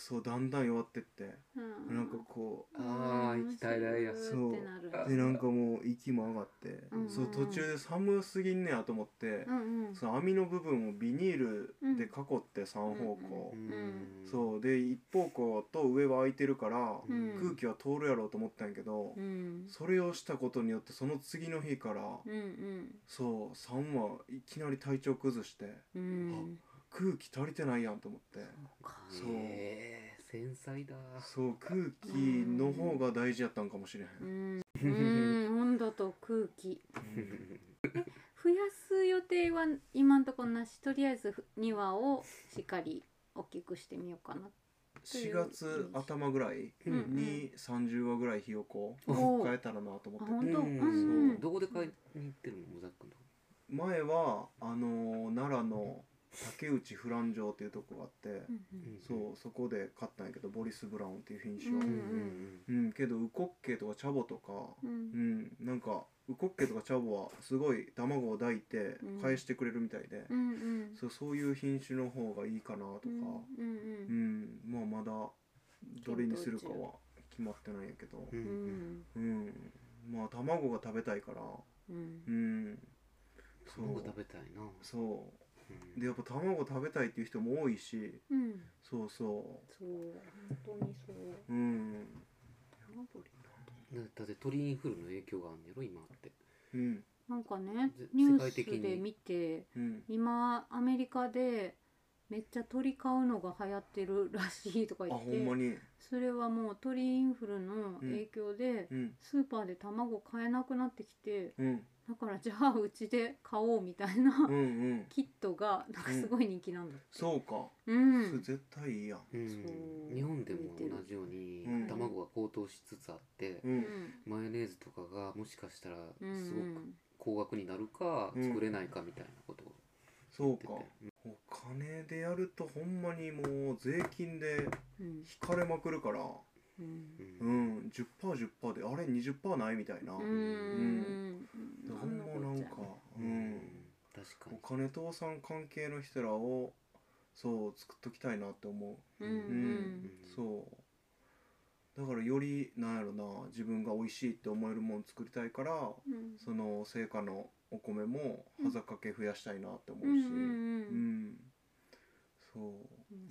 S1: そうだんだん弱ってって
S2: うん
S1: なんかこう
S3: あー行きたいなや
S2: スーってなる
S1: でなんかもう息も上がって、
S2: うん
S1: そう途中で寒すぎんねやと思って
S2: う、んうん
S1: その網の部分をビニールで囲って3方向
S3: う、
S2: ん
S1: そうで一方向と上は空いてるから、
S2: うん
S1: 空気は通るやろうと思ったんやけど、
S2: うん
S1: それをしたことによってその次の日から、
S2: うんうん
S1: そう3はいきなり体調崩して
S2: うん
S1: 空気足りてないやんと思って
S3: そうへえ繊細だ
S1: そう空気の方が大事やったんかもしれへん、
S2: うんうん温度と空気増やす予定は今んとこなしとりあえず2話をしっかり大きくしてみようかな
S1: 4月頭ぐらい
S3: うん
S1: に30話ぐらいひよこ
S3: お
S1: を変えたらなと思
S2: あ
S1: っ
S2: 本
S1: てて
S2: 当う
S3: うん
S2: んうん
S3: どこで買いに行ってるのモザックの
S1: 前はあのー奈良の竹内フラン城っていうとこがあって
S2: うんうん
S1: そうそこで買ったんやけどボリス・ブラウンっていう品種
S2: う
S1: を
S3: うんん
S1: うんけどウコッケとかチャボとか
S2: うん
S1: うんなんかウコッケとかチャボはすごい卵を抱いて
S2: うん
S1: 返してくれるみたいで
S2: うんうん
S1: そうそういう品種の方がいいかなと
S2: う
S1: か
S2: んう
S1: う
S2: んうん
S1: んまあまだどれにするかは決まってないんやけど
S3: うんう
S2: うんん
S1: うんまあ卵が食べたいから
S2: うん
S1: うんそう
S3: 卵食べたいな
S1: そううんでやっぱ卵食べたいっていう人も多いし
S2: うん
S1: そうそ
S2: そう本当にそう
S1: ううん
S3: だだって鳥インフルの影響があるんやろ今って
S1: うん
S2: なんかね
S3: ぜ
S2: ニュ
S3: 世界的
S2: ース
S3: に
S2: で見て
S1: うん
S2: 今アメリカでめっちゃ鳥飼うのが流行ってるらしいとか
S1: あ
S2: 言っ
S1: ほんま
S2: て
S1: に
S2: それはもう鳥インフルの影響で
S1: うん
S2: スーパーで卵買えなくなってきて
S1: うん
S2: だからじゃあうちで買おうみたいな
S1: うんうん
S2: キットがなんかすごい人気なんだって
S1: そうか
S2: うん
S1: それ絶対いいやん
S3: うん
S2: そう
S3: 日本でも同じように
S1: うん
S3: 卵が高騰しつつあって
S1: うん
S3: マヨネーズとかがもしかしたら
S2: うん
S3: すごく高額になるか
S1: うん
S3: 作れないかみたいなことを
S1: そう
S3: 言
S1: か
S3: ってて
S1: お金でやるとほんまにもう税金で
S2: うん
S1: 引かれまくるから
S2: うん
S3: う
S1: うんん 10%10% であれ20%ないみたいな
S2: う
S1: ほ
S2: ん
S1: んまなんかう
S3: うんん確か
S1: お
S3: に
S1: 金倒産関係の人らをそう作っときたいなって思う
S2: う
S1: うん
S2: ん
S1: そうだからよりなんやろな自分が美味しいって思えるもん作りたいから
S2: うん
S1: その成果のお米も
S2: うん
S1: 端かけ増やしたいなって思うし
S2: うんう
S1: う
S2: んうん
S1: んそう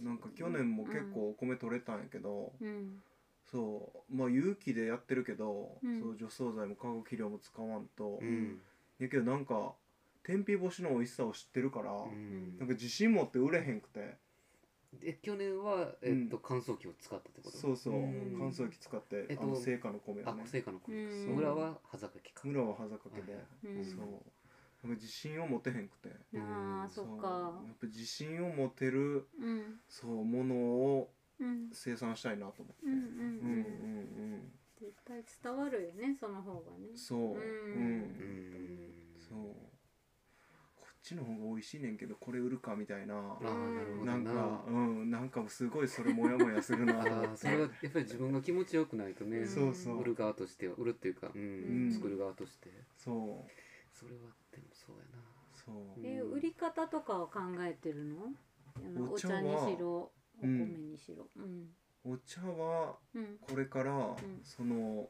S1: なんか去年も結構お米取れたんやけど
S2: うん
S1: そうまあ有機でやってるけど
S2: うん
S1: そう除草剤も化学肥料も使わんと
S3: うん
S1: やけどなんか天日干しの美味しさを知ってるから
S3: うん
S1: なんか自信持って売れへんくて
S3: で去年はえっと乾燥機を使ったってこと
S1: そうそう
S3: うん
S1: 乾燥機使って
S3: えっと
S1: あの成果の米を
S3: あ
S1: ね
S3: 成果の米か
S2: うん
S3: 村は端かけか
S1: 村は端掛けで、
S3: はい
S2: うん
S1: そうなんか自信を持てへんくて
S2: ああそっ
S1: や
S2: か
S1: っぱ自信を持てる
S2: うん
S1: そうものを
S2: うん
S1: 生産したいなと思って
S2: うんう
S1: う
S2: ん
S1: んうん
S2: うん絶対伝わるよねその方がね
S1: うんそううん、
S2: うん
S3: うん
S1: そうこっちの方が美味しいねんけどこれ売るかみたいな
S3: ああなるほど
S1: なんかうんなんかすごいそれモヤモヤするなと思
S3: あ
S1: っ
S3: あ
S1: て
S3: それはやっぱり自分が気持ちよくないとね、
S2: うん
S1: そうそう
S3: 売る側としては売るっていうか、
S1: う
S3: う
S1: んん
S3: 作る側として
S1: そう
S3: それはでもそうやな
S1: そう
S2: え
S3: うん
S2: 売り方とかは考えてるのあの
S1: お
S2: お
S1: 茶
S2: 茶
S1: は
S2: にしろお
S1: うん
S2: 米にしろうん
S1: お茶は
S2: うん
S1: これから、
S2: ん
S1: その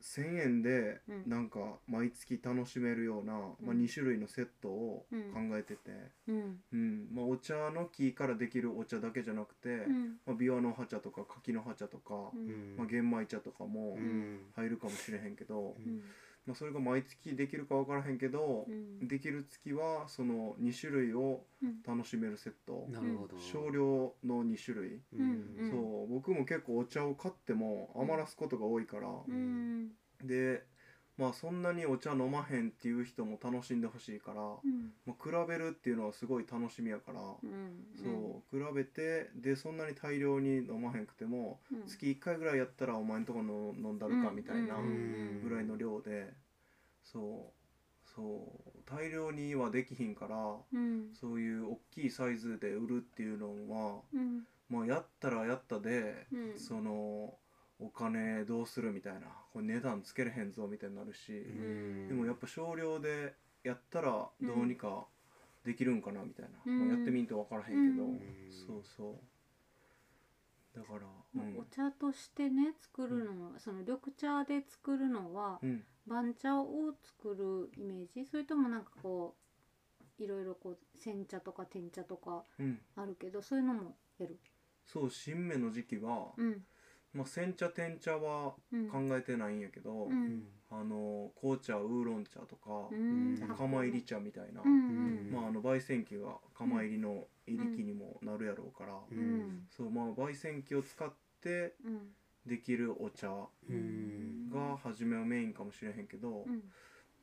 S1: 1,000円で
S2: うん
S1: なんか毎月楽しめるような、まあ、
S2: うん
S1: 2種類のセットを考
S2: うん
S1: えてて、
S2: うん
S1: うんまあ、お茶の木からできるお茶だけじゃなくて、
S2: うん
S1: まあ、ビワの葉茶とか柿の葉茶とか、
S2: う
S3: うんん
S1: まあ、玄米茶とかも
S3: うん
S1: 入るかもしれへんけど
S3: う、
S2: うん
S3: ん
S1: まあ、それが毎月できるか分からへんけど、
S2: うん
S1: できる月はその2種類を
S2: うん
S1: 楽しめるセット、
S3: なるほど。
S1: 少量の2種類、
S3: うん
S2: うん
S1: そう僕も結構お茶を買っても余らすことが多いから、
S2: うん
S1: でまあそんなにお茶飲まへんっていう人も楽しんでほしいから、
S2: うん
S1: まあ、比べるっていうのはすごい楽しみやから、
S2: うん
S1: そう比べてでそんなに大量に飲まへんくても、
S2: うん
S1: 月1回ぐらいやったらお前んとこの飲んだるかみたいな
S2: うんうん
S1: ぐらいの量で、そうそう大量にはできひんから
S2: うん
S1: そういう大きいサイズで売るっていうのは、
S2: うん
S1: まあ、やったらやったで、
S2: うん
S1: そのお金どうするみたいなこれ値段つけれへんぞみたいになるし、
S3: うん
S1: でもやっぱ少量でやったらどうにかできるんかなみたいな、
S2: うん
S1: まあやってみんと分からへんけど、
S2: うん
S1: そうそうだからう
S2: まあ
S1: ん
S2: お茶としてね作るのはその緑茶で作るのは
S1: うん
S2: 番茶を作るイメージそれともなんかこういろいろこう煎茶とか天茶とか
S1: うん
S2: あるけどそういうのもやる
S1: そう新芽の時期は、
S2: うん
S1: まあ、煎茶天茶は
S2: うん
S1: 考えてないんやけど、
S2: うん
S1: あの紅茶ウーロン茶とか
S2: う、
S3: うん
S1: まあ釜入り茶みたいな、
S2: うん
S1: まあ、あの焙煎機が釜入りの入り機にもなるやろうから、
S2: う
S3: うんん
S1: そうまあ焙煎機を使って
S2: うん
S1: できるお茶
S3: うん
S1: が初めはメインかもしれへんけど、
S2: うん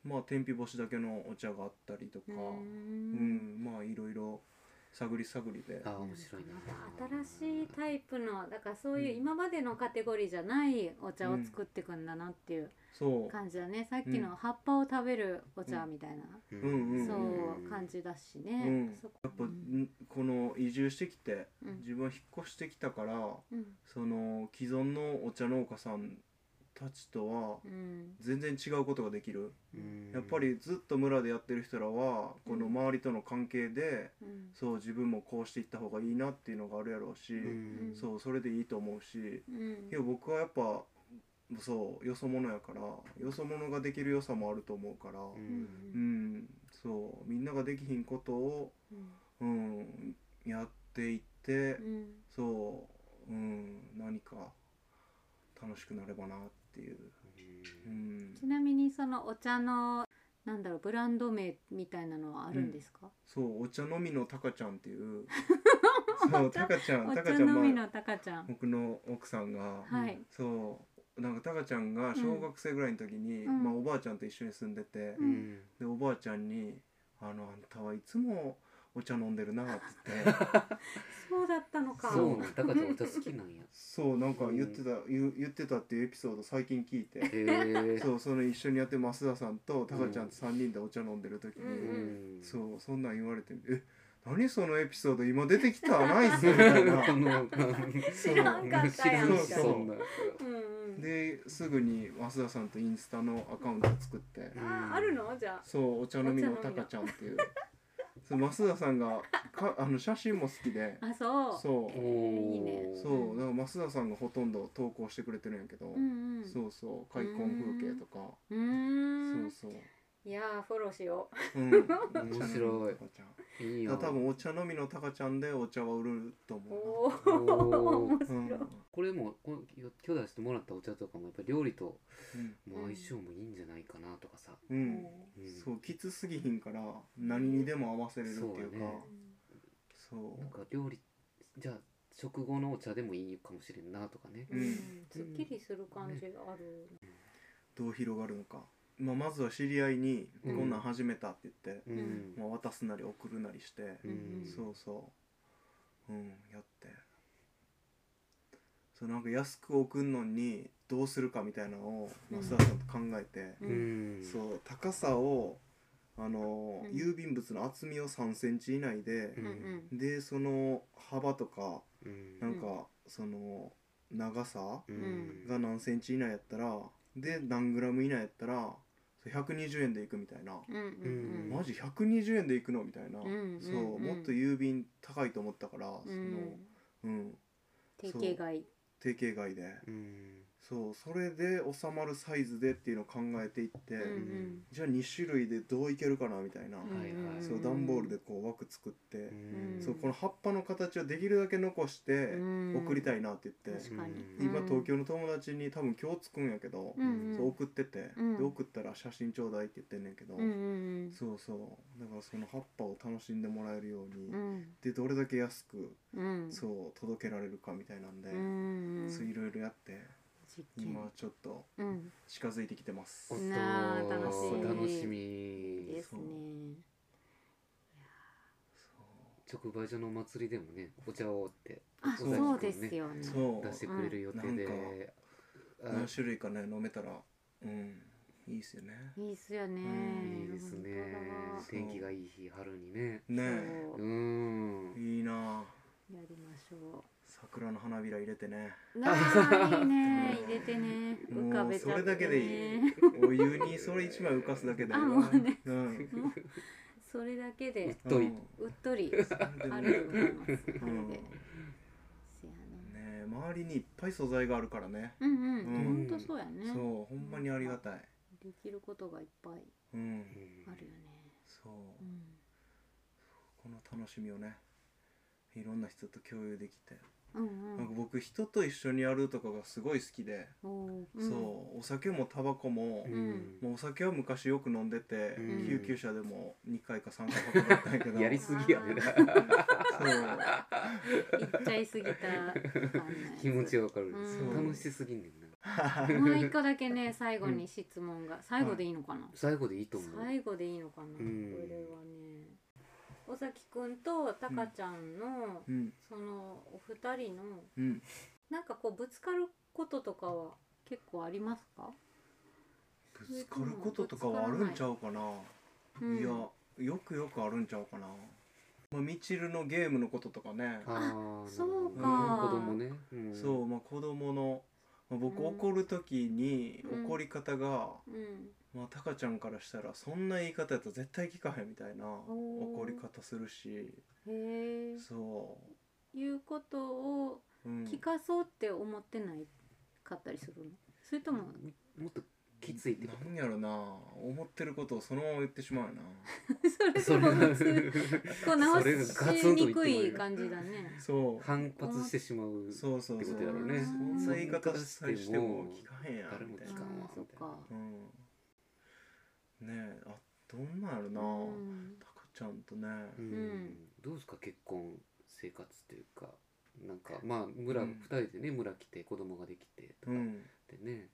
S1: まあ天日干しだけのお茶があったりとか、
S2: う
S1: うん
S2: ん
S1: まあいろいろ探り探りで
S3: あー面白いな
S5: また新しいタイプのだからそういう今までのカテゴリーじゃないお茶を作っていくんだなっていう
S1: そう
S2: 感じだねさっきの葉っぱを食べるお茶みたいな
S3: うん
S1: うんうん
S2: そう感じだし
S1: う
S2: ね
S1: ん
S2: そこ
S1: やっぱ、んこの移住してきて
S2: うん
S1: 自分は引っ越してきたから
S2: うん
S1: その既存のお茶農家さんたちとは
S2: うん
S1: 全然違うことができる、
S3: うん
S1: やっぱりずっと村でやってる人らはこの周りとの関係で、
S2: うん
S1: そう自分もこうしていった方がいいなっていうのがあるやろうし、
S3: うん
S1: そうそれでいいと思うし、
S2: うん
S1: けど僕はやっぱそうよそ者やからよそ者ができる良さもあると思うから、
S3: う
S1: うん
S3: ん
S1: そうみんなができひんことを、うん、やっていって、
S2: うん
S1: そう、うん、何か楽しくなればなっていう、うん、
S2: ちなみにそのお茶のなんだろうブランド名みたいなのはあるんですか、
S1: そうお茶飲みのタカちゃんっていう そうタカちゃん
S2: お
S1: タ
S2: 茶
S1: カちゃん
S2: 飲み
S1: まあ
S2: のたかちゃん、
S1: 僕の奥さんが、
S2: はい、
S1: そうなんかタカちゃんが小学生ぐらいの時に、
S2: うん
S1: まあ、おばあちゃんと一緒に住んでて、
S2: うん
S1: でおばあちゃんに「あのあんたはいつもお茶飲んでるな」っつって
S5: そうだったのか
S3: そうなんだからお茶好きなんや
S1: そうなんか言ってた、言言ってたっていうエピソード最近聞いて
S3: へえ
S1: そうその一緒にやってる増田さんとタカちゃんと3人でお茶飲んでる時に、
S5: うん
S1: そうそんなん言われて「え何そのエピソード今出てきたないっす」
S3: こ
S1: みた いな。
S3: の
S1: 知ら
S5: んかったやん
S3: 知らんしそんな
S5: うんうん
S1: ですぐに増田さんとインスタのアカウント作って
S5: あーあるのじゃあ
S1: そうお茶飲みのタカちゃんっていうそう増田さんがか あの写真も好きで
S2: あそう
S1: そ
S2: え
S1: う
S2: ーいいね
S3: おー
S1: そうだから増田さんがほとんど投稿してくれてるんやけど、
S2: うんうん
S1: そうそう開墾風景とか
S2: うー
S1: そうんそう、
S5: いやーフォローしよ
S1: うん、
S3: 面白い
S1: お茶飲みのタカちゃん
S3: い
S1: だ
S3: いや
S1: から多分お茶飲みのタカちゃんでお茶は売れると
S5: うお
S1: 思
S5: お
S3: お
S2: 面
S3: ー
S1: うな、うん
S2: 白い
S3: これもこの今日出してもらったお茶とかもやっぱり料理と
S1: うん
S3: もう相性もいいんじゃないかなとかさ、
S1: う
S5: うん
S1: ん
S3: うん
S1: そうきつすぎひんから何にでも合わせれるっていう
S3: そう
S1: か
S3: やね
S1: そう,、
S3: なんか料理じゃあ食後のお茶でもいいかもしれんなとかね
S1: う
S5: うんんすっきりする感じがある
S1: どう広がるのか、まあ、まずは知り合いに「こ
S3: うん
S1: んなん始めた」って言って、
S3: うん
S1: まあ、渡すなり送るなりして、
S3: うん
S1: そうそううんやってそうなんか安く送んのにどうするかみたいなのを
S2: うん
S1: 増田さんと考えて、
S2: う
S3: うんん
S1: そう高さをあの、
S2: うん
S1: 郵便物の厚みを3センチ以内で、
S2: う
S3: うんん
S2: うん
S1: でその幅とか
S3: うん
S1: なんかその長さ
S3: うんん
S1: が何センチ以内やったらで何グラム以内やったらそれ120円でいくみたいな、
S2: うんうん
S1: マジ120円でいくのみたいな、
S2: うんうん
S1: そう
S2: うん
S1: もっと郵便高いと思ったから、
S2: う
S1: その
S2: ん
S1: うん
S2: 定型外
S1: 定型外で
S3: うん
S1: そうそれで収まるサイズでっていうのを考えていって、
S2: うんうん
S1: じゃあ2種類でどういけるかなみたいな、
S3: はいはい
S1: そう段ボールでこう枠作って、
S3: うん
S1: そうこの葉っぱの形をできるだけ残して
S2: うん
S1: 送りたいなって言って、
S2: 確かに
S3: うん
S1: 今東京の友達に多分今日作るんやけど、
S2: うんうん
S1: そう送ってて、
S2: うん
S1: で送ったら写真ちょうだいって言ってんねんけど、
S2: うんうん
S1: そうそうだからその葉っぱを楽しんでもらえるように、
S2: うん
S1: でどれだけ安く
S2: うん
S1: そう届けられるかみたいなんで、
S2: うん
S1: そういろいろやって
S2: 実験
S1: 今ちょっと
S2: うん
S1: 近づいてきてます。
S3: おっと
S2: なあ楽し
S1: い
S3: 楽
S2: い
S3: し
S2: い
S3: み
S2: ですね
S3: 直売所のお祭りでもねお茶をって
S2: あ
S1: そう
S2: そうですよね
S1: そう
S3: 出してくれる予定で、あ
S1: 何種類かね飲めたらうんいいっすよね
S2: いいっすよね
S1: うん
S3: いいですね
S2: 本
S1: そう
S3: 天気がいい日春にね
S1: ね
S2: 当だ
S1: え
S3: う
S2: そ
S3: ん
S1: いいなあ
S2: うやりま しょ
S1: 桜の花びら入れてね
S2: うなあいいね入れてね浮か
S1: もう
S2: べち
S1: そ
S2: ゃってね
S1: れだけでいいお湯にそれ一枚浮かすだけで
S2: あもうね
S1: うん
S2: もう それだけで
S3: とい
S1: うん
S2: うっとり
S1: それでも
S2: あ
S1: う
S2: ると思います
S1: う
S2: ある
S1: ん
S2: で
S1: ね
S2: せやな
S1: え周りにいっぱい素材があるからね
S2: うんうん
S1: う
S2: ほ
S1: ん
S2: んとそうやね
S1: そうほんまにありがたい
S2: できることがいっぱい
S1: うん
S3: うん
S2: あるよね
S1: そう
S2: うん
S1: この楽しみをねいろんな人と共有できて
S2: うんう
S1: なんか
S2: ん
S1: 僕人と一緒にやるとかがすごい好きで
S2: おーうん
S1: そうお酒もタバコも
S3: うん
S1: もうお酒は昔よく飲んでて、
S3: うん
S1: 救急車でも2回か3回運ばれたんやけど
S3: やりすぎやね
S2: あ行っちゃいすぎた
S3: 気持ち
S2: よ
S3: はわかる、
S2: うん
S3: 楽しすぎんねんな
S1: そう
S2: もう一個だけね最後に質問が、最後でいいのかな、
S3: 最後でいいと思う
S2: 最後でいいのかな、
S3: うん
S2: これはね尾崎くんとたかちゃんの、
S1: うん
S2: そのお二人の
S1: うん
S2: なんかこうぶつかることとかは結構ありますか、
S1: ぶつかることとかはあるんちゃうかな、
S2: うん
S1: いやよくよくあるんちゃうかな、まあ、みちるのゲームのこととかね
S3: あー
S2: そうか
S3: なるほどね子供ね、うん
S1: そう、まあ、子供の、まあ、僕
S2: うん
S1: 怒る時に
S2: うん
S1: 怒り方が、
S2: うん
S1: まあ、たかちゃんからしたらそんな言い方やったら絶対聞かへんみたいな
S2: おー
S1: 怒り方するし
S2: へえ
S1: そ
S2: いうことを
S1: う、うん、
S2: 聞かそうって思ってないかったりするのそれとも
S3: もっときついってこ
S1: なんやろな思ってることをそのまま言ってしまうよな
S3: と
S2: それとも普通こう直
S3: それがガ
S2: し
S3: ツンと言
S2: に
S3: っても
S2: く
S3: いい
S2: い感じだね
S1: そう
S3: 反発してしまう
S1: そうそうそう
S3: ってことやろうね
S1: そんな言い方さえしても
S3: うん
S1: 聞かへんやん
S3: 誰
S1: み
S3: も
S1: たい
S3: 聞
S1: な
S3: かんわ
S2: あーそっか
S1: うんねえあどんなんやろな
S2: うん
S1: たかちゃんとね
S3: うん
S2: ん
S3: どうですか結婚生活というかなんかまあ村、
S1: うん
S3: 二人でね村来て子供ができてと
S1: う
S3: かっ
S1: ん
S3: てね、うん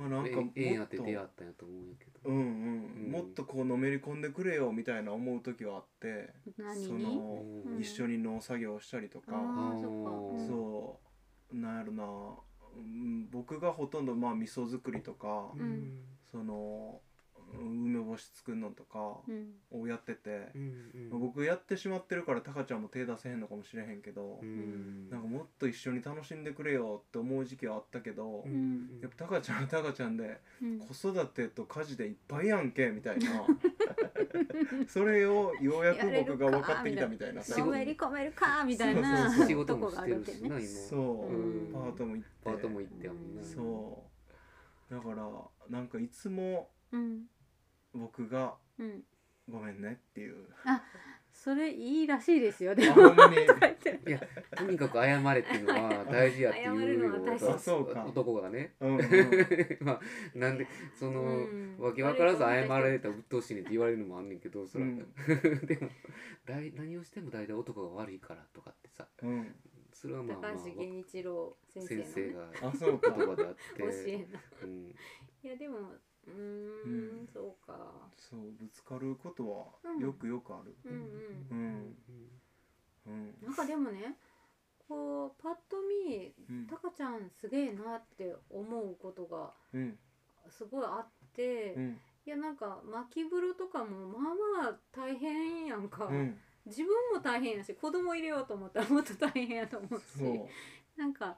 S1: まあなんか
S3: え
S1: もっと
S3: 縁あって出会ったんやと思うんやけど、
S1: うん
S3: うん
S1: うんもっとこうのめり込んでくれよみたいな思う時はあって
S2: 何
S1: そ
S2: に
S1: の
S3: うん
S1: 一緒に農作業したりと
S2: あ
S1: か
S2: ーそっか
S1: そうなんやろなうん僕がほとんどまあ味噌作りとか
S2: うん
S1: そのうん梅干し作るのとか
S2: うん
S1: をやってて、
S3: うん
S1: まあ僕やってしまってるからタカちゃんも手出せへんのかもしれへんけど、
S3: うん
S1: なんかもっと一緒に楽しんでくれよって思う時期はあったけど、
S3: うん
S1: やっぱタカちゃんはタカちゃんで
S2: うん
S1: 子育てと家事でいっぱいやんけみたいなそれをようやく僕が分かってきたみたいな
S3: 仕
S1: さ
S3: 事
S2: のめり込めるかみたいな
S1: そうそうそう
S3: 仕事
S2: とこ
S3: も
S2: が
S3: し
S2: あ
S3: て
S2: るわ
S3: る
S2: け
S3: し
S2: ね
S3: な今
S1: そうう、
S2: ん
S1: パートも行って
S3: パートも行ってやもんな
S1: そうだからなんかいつも
S2: うん
S1: 僕が
S2: うん
S1: 「ごめんね」っていう
S2: それいいらしいですよで
S1: あ
S2: も
S1: ほんまに
S3: いやとにかく謝れっていうのは大事やっていう
S2: 謝るのは大事
S1: あそうか
S3: 男がね
S1: うんうん
S3: まあなんでその、
S2: うん
S3: わけわからず謝られたら鬱陶しいねって言われるのもあんねんけどそら、
S1: うん
S3: でも大何をしても大体男が悪いからとかってさ
S1: うん
S3: それはまあ
S2: 高
S3: まあ
S2: 橋源一郎先生の
S3: 先
S2: ね
S3: 生 が
S1: あそうか
S3: 言葉であって
S2: 教えの
S3: うん
S2: いやでもうー
S1: うんん
S2: そうか
S1: そうぶつかること
S2: うん
S1: はよくよくある、
S2: うんうん
S1: うんうん
S2: なんかでもねこうパッと見
S1: うん
S2: タカちゃんすげえなって思うことが
S1: うん
S2: すごいあって、
S1: う
S2: い
S1: ん
S2: やなんか巻き風呂とかもまあまあ大変やんか、
S1: うん
S2: 自分も大変やし子供入れようと思ったらもっと大変やと思うし
S1: そ
S2: なんか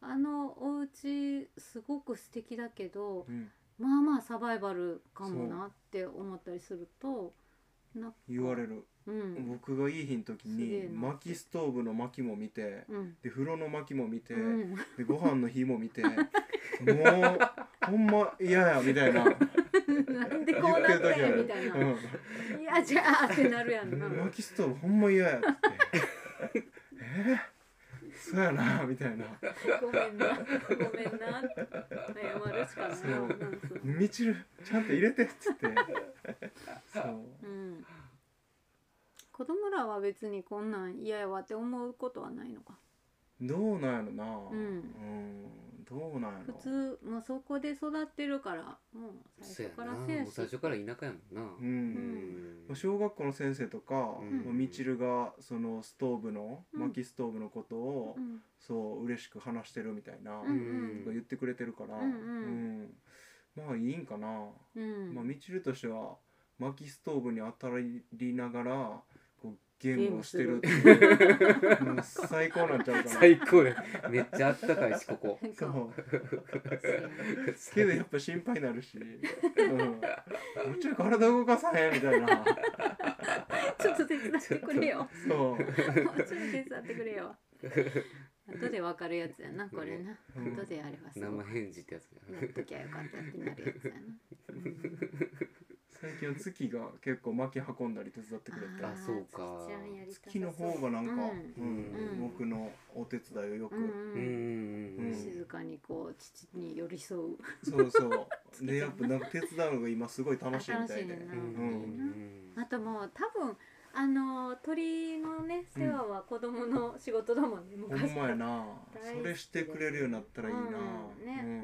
S2: あのお家すごく素敵だけど
S1: ううん
S2: まあまあサバイバルかもなって思ったりするとなんか
S1: 言われる、
S2: うん
S1: 僕がいい日の時
S2: すげ
S1: に
S2: えな
S1: 薪ストーブの薪も見て
S2: うん
S1: で風呂の薪も見て、
S2: うん
S1: でご飯の火も見てもうほんま嫌やみたいな、
S2: なんでこうなったんやみたいな。
S1: う
S2: いやじゃあってなるやんな。
S1: ん、薪ストーブほんま嫌やってえー、そうやなみたいな
S2: ごめんなごめんなって謝るしかない
S1: そ
S2: な。
S1: う
S2: うんそう
S1: 「みちるちゃんと入れて」っつってそう
S2: うん子供らは別にこんなん嫌やわって思うことはないのか
S1: どうなんやろな
S2: うん
S1: んどうなんや
S2: 普
S1: ろ
S2: 通もうそこで育ってるからもう
S3: そ
S2: 最
S3: や
S2: 初か
S3: な
S2: ら
S3: も
S2: せや
S3: う
S2: し
S3: 最初から田舎やもんな
S1: う
S3: うんん
S1: まあ小学校の先生とか、
S3: うん
S1: まあみちるがそのストーブの
S2: うん
S1: 薪ストーブのことを、
S2: うん
S1: そう嬉しく話してるみたいな、
S2: うん
S1: とか言ってくれてるから、
S2: うんうん
S1: うんまあいいんかな、
S2: うん
S1: まあみちるとしては薪ストーブに当たりながらこうゲームをしてるっていううん 最高なんちゃうかな。
S3: 最高やめっちゃあったかいしここ
S1: そ
S2: そう
S1: う
S2: せやな
S1: けどやっぱ心配になるし、うん、もうちろん体動かさへんみたいな
S2: ちょっと手伝ってくれよ
S1: そう、
S2: もうちょっと手伝ってくれよ後でわかるやつやなこれな
S1: うん
S2: 後であれはすご
S3: 生
S2: く
S3: 返事ってやつや
S2: やっときゃよかったってなるやつやなうん
S1: 最近は月が結構薪運んだり手伝ってくれて
S3: あーそうか
S2: つっちゃんやりた
S1: 月の方がなんか、
S2: うん
S1: うん
S2: うん
S1: 僕のお手伝いをよく、
S2: うん
S3: う
S2: うん
S3: んうんうん
S2: 静かにこう父に寄り添う
S1: そう そう
S2: き
S1: でやっぱなんか手伝うのが今すごい楽しいみたいで
S2: 楽しいねんな
S3: うんうん
S2: あともう多分あの鳥のね世話は子供の仕事だもんね、
S1: ほ
S2: 昔
S1: ん
S2: から
S1: まやなそ
S2: 大好きで
S1: れしてくれるようになったらいいな、
S2: うんね
S1: うん
S3: う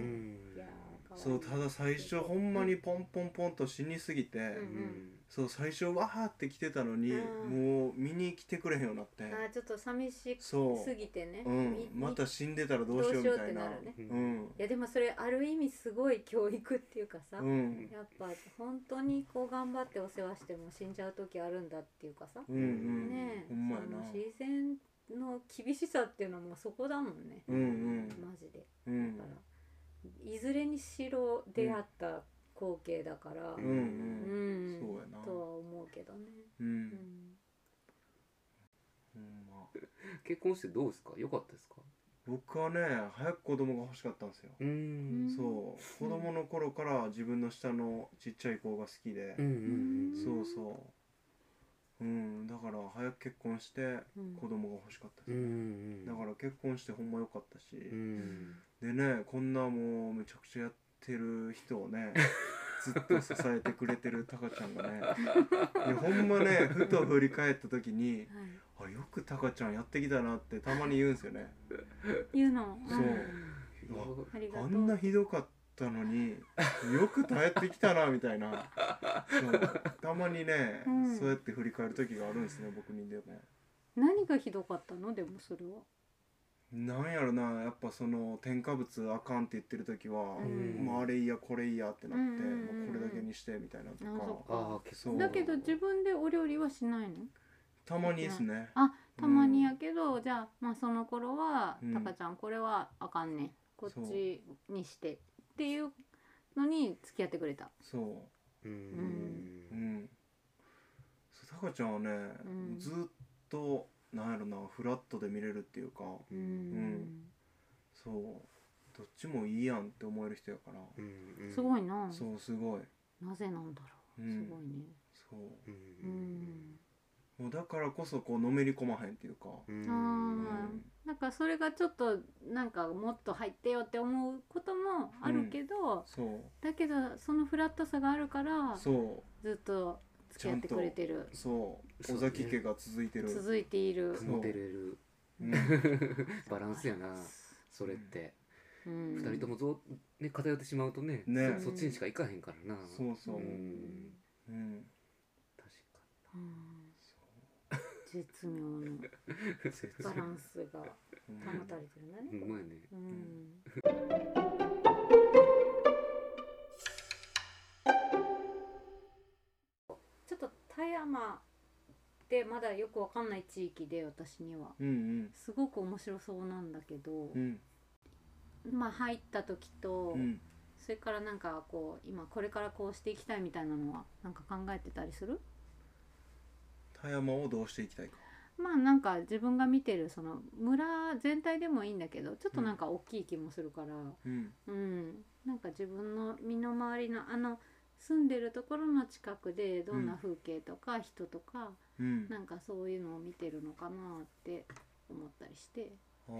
S3: ん
S2: いやー
S1: そうただ最初ほんまにポンポンポンと死にすぎて、
S3: うんん
S1: そう最初わーって来てたのに、
S2: うん
S1: もう見に来てくれへんようになって、
S2: あーちょっと寂し
S1: そ
S2: すぎてね、
S1: う、う
S2: み
S1: ん、また
S2: い
S1: 死んでたらどうしようみたいな
S2: どうしようってなるね
S1: うん
S2: やでもそれある意味すごい教育っていうかさ、
S1: うん
S2: やっぱ本当にこう頑張ってお世話しても死んじゃう時あるんだっていうかさ、
S1: うんうん、
S2: ねえ
S1: ほんまやな
S2: その自然の厳しさっていうのはもうそこだもんね、
S1: うんうん
S2: マジで
S1: う
S2: だ
S1: ん
S2: からいずれにしろ出会った光景だから、
S1: うん
S2: う
S1: うん
S2: ん
S1: そうやな
S2: とは思うけどね、
S1: うん、
S2: うん
S1: ほんま
S3: 結婚してどうですか良かったですか
S1: 僕はね早く子供が欲しかったんですよ、
S3: うん
S1: そう子供の頃から自分の下のちっちゃい子が好きで、
S3: うんうん
S1: そうそううんだから早く結婚して
S2: うん
S1: 子供が欲しかったで
S3: うん
S1: す、
S3: うん
S1: だから結婚してほんま良かったし、
S3: うん
S1: でねこんなもうめちゃくちゃやってる人を ねずっと支えてくれてるタカちゃんがねいやほんまねふと振り返った時に
S2: はい、
S1: あよくタカちゃんやってきたなってたまに言うんですよね
S2: 言うの
S1: そううわ
S2: ありが
S1: あ
S2: とうん
S1: なひどかったのによく耐えてきたなみたいなそうたまにね、
S2: うん
S1: そうやって振り返る時があるんですね僕にでも
S2: 何がひどかったのでもそれは
S1: なんやろなやっぱその添加物あかんって言ってる時は、
S2: うん
S1: もうあれいやこれいやってなって、
S2: うんうんうんうん
S1: もうこれだけにしてみたいなと
S2: あそ
S1: か
S2: っか
S3: ああ結
S1: そう
S3: 構
S2: だけど自分でお料理はしないの
S1: たまにですね
S2: あたまにやけど、じゃあ,、まあその頃は、
S1: うん
S2: タカちゃんこれはあかんねんこ
S1: そう
S2: っちにしてっていうのに付き合ってくれた
S1: そ
S3: うん
S1: ううんそうタカちゃんはね、
S2: うん
S1: ずっとなんやろなフラットで見れるっていうか
S2: うん
S1: んそうどっちもいいやんって思える人やから、
S3: うんうん
S2: すごいな
S1: そうすごい、
S2: なぜなんだろ
S1: う
S2: う、
S1: ん、
S2: すごいね
S1: そう
S3: う
S2: うんん
S1: もうだからこそこうのめり込まへんっていうか、
S3: うん
S1: う
S2: あなんかそれがちょっとなんかもっと入ってよって思うこともあるけど、
S1: そう
S2: だけどそのフラットさがあるから
S1: そ
S2: ずっと付き合ってくれてる
S1: うそう
S3: そう
S1: 尾
S3: ね
S1: 崎家が続いてる
S2: 続いている
S3: 保てれる
S1: うん
S3: バランスやなそれって
S2: うん
S3: 二人ともぞね偏ってしまうとね
S1: ね
S3: そそっちにしか行かへんからな
S1: そうそう
S3: う
S1: うん、
S3: ん確
S2: うん
S1: そ
S2: 絶妙の
S3: かに絶
S2: バラ
S3: 妙
S2: ンスが
S1: ううん
S2: 保たれてるんだ
S3: う
S2: ね。
S3: まいね
S2: うん。ちょっと田山でまだよくわかんない地域で私には
S1: うん
S2: すごく面白そうなんだけど
S1: う、ん
S2: まあ入った時と、
S1: うん
S2: それからなんかこう今これからこうしていきたいみたいなのはなんか考えてたりする？
S1: 田山をどうしていきたいか
S2: まあなんか自分が見てるその村全体でもいいんだけどちょっとなんか大きい気もするから、
S1: うん
S2: うん、なんか自分の身の回りのあの住んでるところの近くでどんな風景とか人とか、
S1: うん
S2: なんかそういうのを見てるのかなって思ったりして、
S1: ああ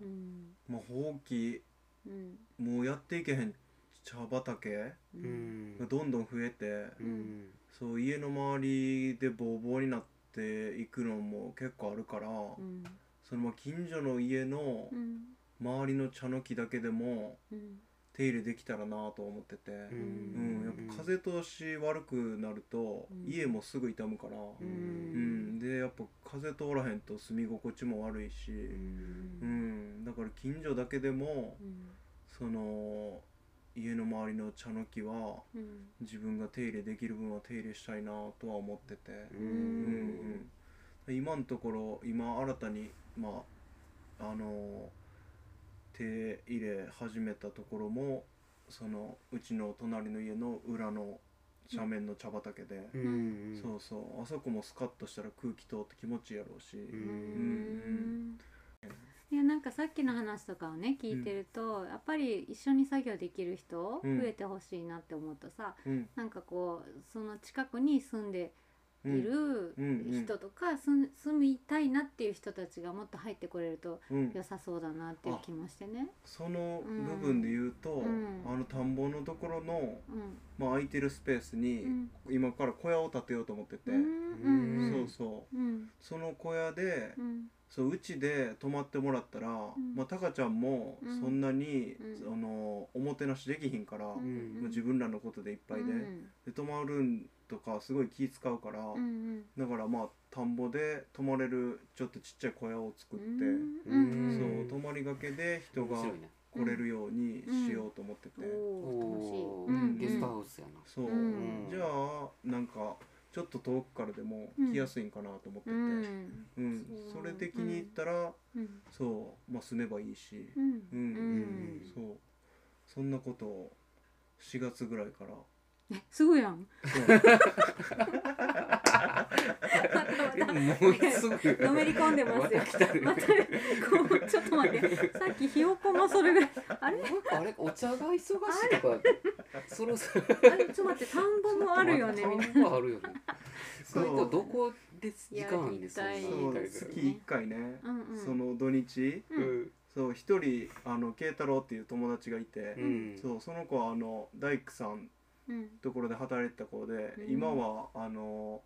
S2: うん
S1: まあ放棄
S2: うん
S1: もうやっていけへん茶畑
S2: う
S3: うんん
S1: がどんどん増えて、
S3: うん
S1: そう家の周りでボーボーになっていくのも結構あるから、
S2: うん
S1: そのまあ近所の家の
S2: うん
S1: 周りの茶の木だけでも
S2: うん
S1: 手入れできたらなと思ってて、
S3: う
S1: うんんやっぱ風通し悪くなると
S2: うん
S1: 家もすぐ傷むから、
S2: う
S1: うん
S2: ん
S1: でやっぱ風通らへんと住み心地も悪いし、
S3: うん
S1: うんだから近所だけでも
S2: うん
S1: その家の周りの茶の木は
S2: うん
S1: 自分が手入れできる分は手入れしたいなとは思ってて、
S3: う
S1: うん
S3: ん
S1: うん、今のところ今新たにまああの手入れ始めたところもそのうちの隣の家の裏の斜面の茶畑で、
S3: うん
S1: そうそうあそこもスカッとしたら空気通って気持ちいいやろうし、
S3: うん
S1: ん
S2: いやなんかさっきの話とかをね聞いてると、やっぱり一緒に作業できる人
S1: うん
S2: 増えてほしいなって思うとさ、
S1: うん
S2: なんかこうその近くに住んで
S1: う
S2: い
S1: ん
S2: る
S1: うんうん
S2: 人とか、住ん住みたいなっていう人たちがもっと入ってこれると
S1: うん
S2: 良さそうだなっていう気もしてね。
S1: その部分で言うと、
S2: うん
S1: あの田んぼのところの、
S2: うん
S1: まあ、空いてるスペースに、
S2: うん
S1: 今から小屋を建てようと思ってて、
S2: うんうんうん
S1: そうそう
S2: うん
S1: その小屋で、
S2: うん
S1: そううちで泊まってもらったら、
S2: ん
S1: まあ、タカちゃんも
S2: うん
S1: そんなに、
S2: うん
S1: あのおもてなしできひんから、
S2: う
S1: も
S2: ん
S1: う自分らのことでいっぱいで,、
S2: うん
S1: で泊まるんとかすごい気使うから、
S2: うん
S1: だからまあ田んぼで泊まれるちょっとちっちゃい小屋を作
S2: う
S1: って、
S2: ん
S3: て
S2: うんうん
S1: そ
S3: ん
S1: う泊まりがけで人が
S3: 面
S1: 来
S3: 白いね
S1: れるようにしようと思ってて、
S2: おー楽しい
S3: おー
S2: うんうん
S3: ゲストハウスやな
S1: そう、
S2: うん
S1: じゃあなんかちょっと遠くからでも来やすいんかなと思ってて、
S2: う
S1: うん
S2: ん
S1: それで気に入ったら、
S2: うん
S1: そうまあ住めばいいし。
S2: うん
S1: う
S2: うんん
S1: そうそんなことを4月ぐらいから
S2: えすごいやん。
S1: そう
S3: えもうすぐ
S2: のめり込んでますよ
S3: また来たね
S2: またこうちょっと待ってさっきひよこもそれぐらいあれ
S3: なんかあれお茶が忙しいとかそろそろ
S2: あれちょっと待って田んぼもあるよねみんな
S3: 田んぼあるよね
S1: そ
S3: そ
S1: う
S3: れとどこで時間あんでそんな
S2: やりたい
S1: そう
S3: みたいな
S1: 月1回ね、
S2: うんうん
S1: その土日
S2: う
S3: うんん
S1: そう一人あの慶太郎っていう友達がいて、
S3: うん
S1: そうその子はあの大工さん
S2: うん
S1: ところで働いてた子で、
S2: うん
S1: 今はあの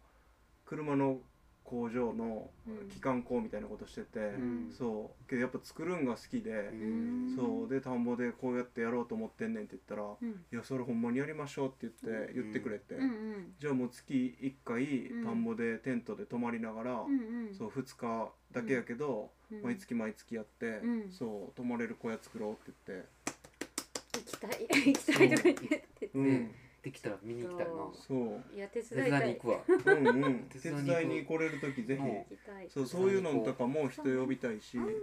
S1: 車の工場の
S2: うん
S1: 機関工みたいなことしてて、
S3: ん
S1: そうけどやっぱ作るんが好きで、
S2: ん
S1: そうで田んぼでこうやってやろうと思ってんねんって言ったら「
S2: うん
S1: いやそれほんまにやりましょう」って言って、言ってくれて、
S2: うんうん
S1: じゃあもう月1回
S2: うん
S1: 田んぼでテントで泊まりながら、
S2: うんうん
S1: そう2日だけやけど、
S2: うん
S1: 毎月毎月やって、
S2: ん
S1: そう泊まれる小屋作ろうって言って、
S2: 行きたい行きたいとか言って
S1: うん
S3: ねできたら見に行きたいな
S1: そう
S2: いや手
S3: 手
S2: 伝いた
S3: 伝
S2: い
S3: いに行くわ
S1: うんうん
S3: 手
S1: 手
S3: 伝いに行く
S1: 伝いに来れる時ぜひ、
S3: うん
S2: 行きたい
S1: そうそういうのとかも人呼びたいし、
S2: うんうんうん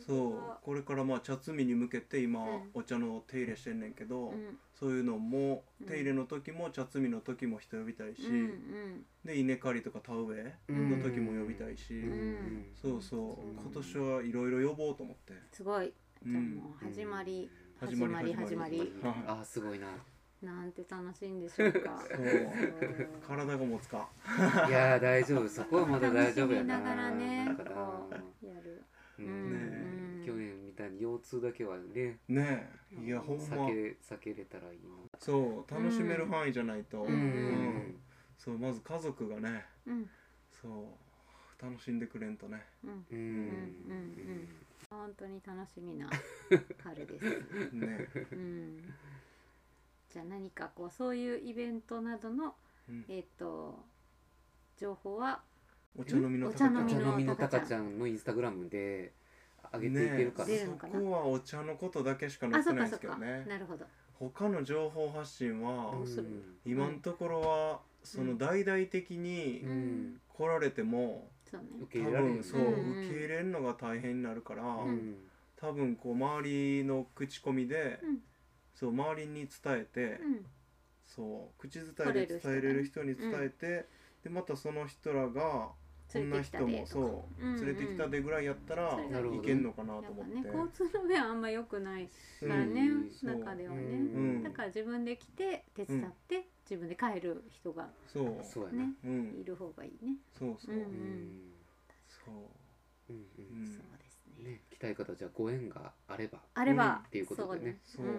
S1: そうこれからまあ茶摘みに向けて今、
S2: うん
S1: お茶の手入れしてんねんけど、
S2: うん
S1: そういうのも
S2: うん
S1: 手入れの時も茶摘みの時も人呼びたいし、
S2: うんうん
S1: で稲刈りとか田植えの時も呼びたいし、
S2: ん
S1: そうそう
S2: うん
S1: 今年はいろいろ呼ぼうと思って。
S2: すごいじゃあもう
S3: うん
S2: 始まり
S1: うん
S2: 始まり
S1: 始
S2: 始
S1: ま
S2: ま
S1: り
S2: り
S1: はい
S3: あーすごいな
S2: なんて楽しいんでしょうか
S1: そう
S2: そう
S1: 体が持つか。
S3: いやー大丈夫そこはまだ大丈夫やな
S2: 楽しみながらね
S3: なんかな
S2: こうやる
S3: う
S2: うん
S3: ん
S1: ね
S2: うん
S3: 去年みたいに腰痛だけはね
S1: ねえ、いや、ほんま
S3: 避。け避けれたらいい
S1: そう、楽しめる範囲じゃないと。
S2: う
S3: なうん
S1: んそう、まず家族がね。
S2: うん
S1: そう。楽しんでくれんとね。
S2: うん
S3: うんうん
S2: 本当に楽しみな春 です。
S1: ねえ。
S2: うん、じゃあ何かこうそういうイベントなどの
S1: うん
S2: えっ、と情報は
S1: お茶飲みの
S2: お茶飲
S1: 高
S3: お
S1: ち
S3: 茶
S1: ゃん
S3: 飲みのたかちゃんのインスタグラムで上げていけるかな、
S2: ね
S1: ね
S2: 出る
S1: そ
S2: のかな
S1: こはお茶のことだけしか載っ
S2: あ
S1: て
S2: そっ
S1: ないんです
S2: かそっ
S1: けど
S2: か、
S1: ね
S2: なるほど。
S1: 他の情報発信は
S2: どうする
S1: 今のところはその大々的に
S3: うんうん
S1: 来られても
S2: そうね。
S3: 受け
S1: 多
S3: 入れられる
S1: 分そう
S2: うんうん
S1: 受け入れるのが大変になるから
S3: うん
S1: 多分こう周りの口コミで
S2: うん
S1: そう周りに伝えて
S2: うん
S1: そう口伝えで伝えれる人に伝えて、でまたその人らがこん
S2: 連
S1: な
S2: れてきた
S1: 人
S2: で
S1: も
S2: とか
S1: そ
S2: うんう
S1: うん連れてきたでぐらいやったら
S2: それ
S3: が
S1: いけんのかなと
S2: やっ
S1: 思
S2: ぱ
S1: っ
S2: ね
S1: て
S2: 交通の便はあんま良くない
S1: うん
S2: からね、
S1: うん
S2: 中で
S1: う
S2: はね、
S1: ん
S2: だから自分で来て手伝って、自分で帰る人が
S1: そう
S3: そうやな、
S2: ね
S1: うん
S2: いる方がいいね
S1: そうそう
S2: う
S3: うんん
S1: そう
S3: うん
S1: う
S3: うん
S2: そうですね
S3: ね来たい方はじゃあご縁があれば
S2: あれ
S1: うん
S2: ば、
S3: っていうことでね
S1: そうん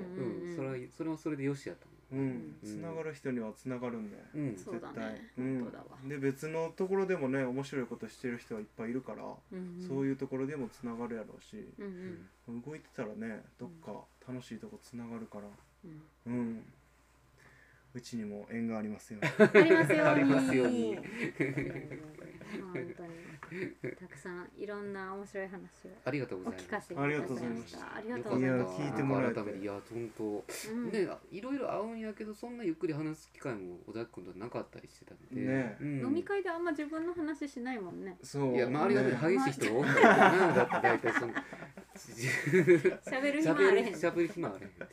S3: うん、それはそれはそれでよしやと思
S1: うん
S2: うん
S1: つながる人にはつながるんだよ
S3: う、うん、
S2: そう
S1: 絶
S2: だ
S1: 対
S2: ね
S1: うん
S2: 本当だわ
S1: で別のところでもね面白いことしてる人はいっぱいいるから
S2: うん
S1: そう
S2: う
S1: いうところでもつながるやろうし
S2: んうん
S1: 動いてたらねどっか楽しいとこつながるから
S2: うんうん
S1: うんうちにも縁がありますよ
S2: ありますように
S3: ありますように
S2: 本当にたくさんいろんな面白い話を
S3: ありがとう
S2: お
S3: ござい
S2: 聞か
S3: ま
S2: せ
S3: す
S2: いただきまし
S1: あ
S2: たありがとう
S1: ご
S2: ご
S1: ざ
S2: ざ
S1: い
S2: い
S1: ま
S2: ま
S1: しい
S2: したた
S1: や聞いてもらえて
S3: 改めていや本当
S2: うん
S3: ね、いろいろ合うんやけどそんなゆっくり話す機会も小田君とはなかったりしてたので、
S1: ね
S3: うん、
S2: 飲み会であんま自分の話しないもん ね
S1: そう
S3: い
S1: い
S3: や周りが
S1: ね
S3: 激しい人が多かったからなだって大体その
S2: 喋る
S3: し
S2: 暇
S3: ゃべ
S2: あれへ
S3: る
S2: ん
S3: しゃべる暇あれへんって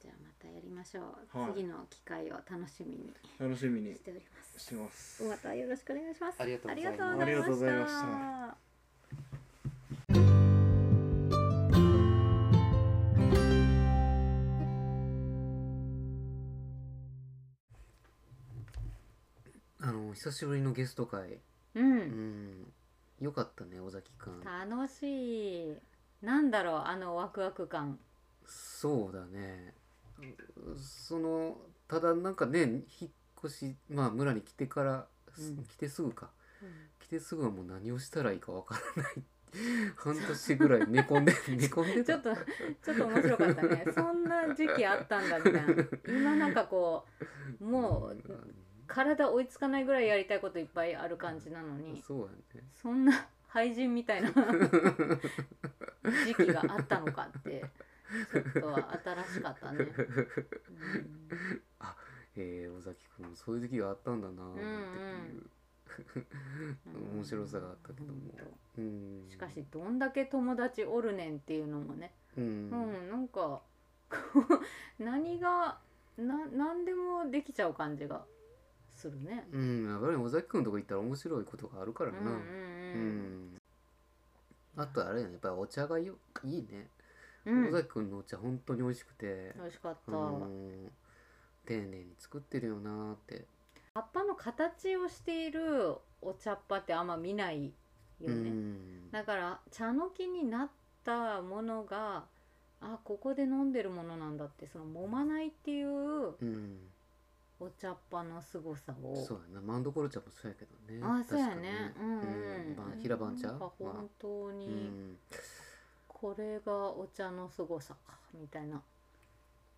S2: じゃあまたやりましょう、
S1: はい
S2: 次の機会を楽しみに
S1: 楽しみに
S2: しておりま
S1: してます
S2: すまたよろしくお願いします
S3: ありがとうございます
S1: ありがとうございました
S2: ありがとうございました
S3: あの久しぶりのゲスト会
S2: う
S3: うんんよかったね尾崎君
S2: 楽しいなんだろうあのワクワク感
S3: そうだねうそのただなんかね引っ越しまあ村に来てから、す
S2: うん
S3: 来てすぐか来てすぐはもう何をしたらいいかわからない 半年ぐらい寝込んで寝込んで
S2: ちょ
S3: た
S2: っとちょっと面白かったねそんな時期あったんだみたいな今なんかこうもう体追いつかないぐらいやりたいこといっぱいある感じなの
S3: うん
S2: に
S3: そうやね
S2: そんな廃人みたいな時期があったのかってちょっとは新しかったね、
S3: えー、尾崎君もそういう時があったんだななんていう、
S2: うん
S3: 面白さがあったけどもうん
S2: しかしどんだけ友達おるねんっていうのもね
S3: うん、
S2: うん、なんか こう何がな何でもできちゃう感じがするね。
S3: うんやっぱり尾崎君のとこ行ったら面白いことがあるか
S2: う
S3: ら
S2: ん
S3: な、
S2: うんうん
S3: あとあれやねやっぱりお茶がよいいね、
S2: うん。
S3: 尾崎くんのお茶本当に美味しくて
S2: 美味しかった。
S3: うん丁寧に作ってるよなーって、
S2: 葉っぱの形をしているお茶っ葉ってあんま見ないよ
S3: う
S2: ね。
S3: ん
S2: だから茶の木になったものがあここで飲んでるものなんだってその揉まないっていう
S3: うん
S2: お茶っ葉の凄さを
S3: そうやなマンドコロ茶もそうやけどね
S2: あそうや
S3: 確かに
S2: ね。うんうん。
S3: まあ平番茶
S2: なんか
S3: まあ
S2: 本当
S3: う
S2: に。
S3: ん、
S2: これがお茶の凄さかみたいな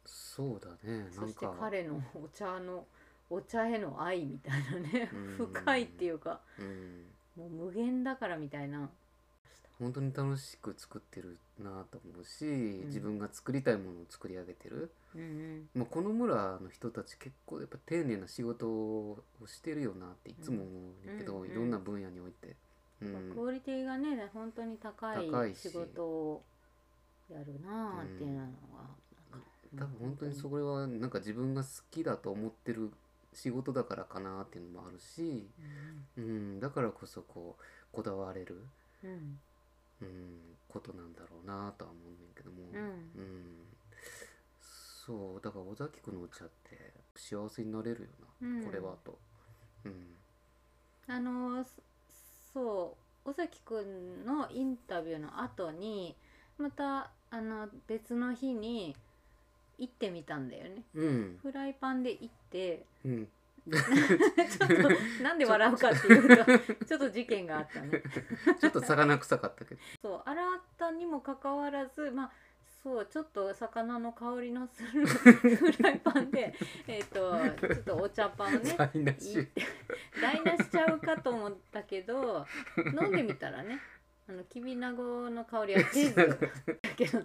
S3: そうだねな
S2: そ
S3: ん
S2: して
S3: か
S2: 彼のお茶のお茶への愛みたいなね
S3: うん
S2: 深いっていうか
S3: うん
S2: もう無限だからみたいな
S3: 本当に楽しく作ってるなと思うし、
S2: ん
S3: 自分が作りたいものを作り上げてる、
S2: うんうん
S3: まあ、この村の人たち結構やっぱ丁寧な仕事をしてるよなっていつも思うねんけど、
S2: うんうん
S3: いろんな分野において、うん
S2: クオリティがね本当に高
S3: 高
S2: い
S3: いし
S2: 仕事をやるなあっていうのはなんか
S3: 多分本当にそれはなんか自分が好きだと思ってる仕事だからかなっていうのもあるし、
S2: うん
S3: うん、だからこそこうこだわれる、
S2: うん
S3: うん、ことなんだろうなとは思うねんだけども、
S2: うん
S3: うんそうだから尾崎君のお茶って幸せになれるよな、
S2: うん
S3: これはと。うん
S2: あのそそう尾崎くんのインタビューの後にまたあの別の日に行ってみたんだよね
S3: うん
S2: フライパンで行って
S3: うん
S2: ちょっとなんで笑うかっていうとち ょっと事件があったね
S3: ちょっと魚臭かったけど。
S2: そう洗ったにもかかわらずまあそうちょっと魚の香りのする フライパンでえっ、とちょっとお茶パンを ね
S3: 台無
S2: いい
S3: し。
S2: 台無しちゃうかと思ったけど飲んでみたらねあのきびなごの香りはチーズだけ ど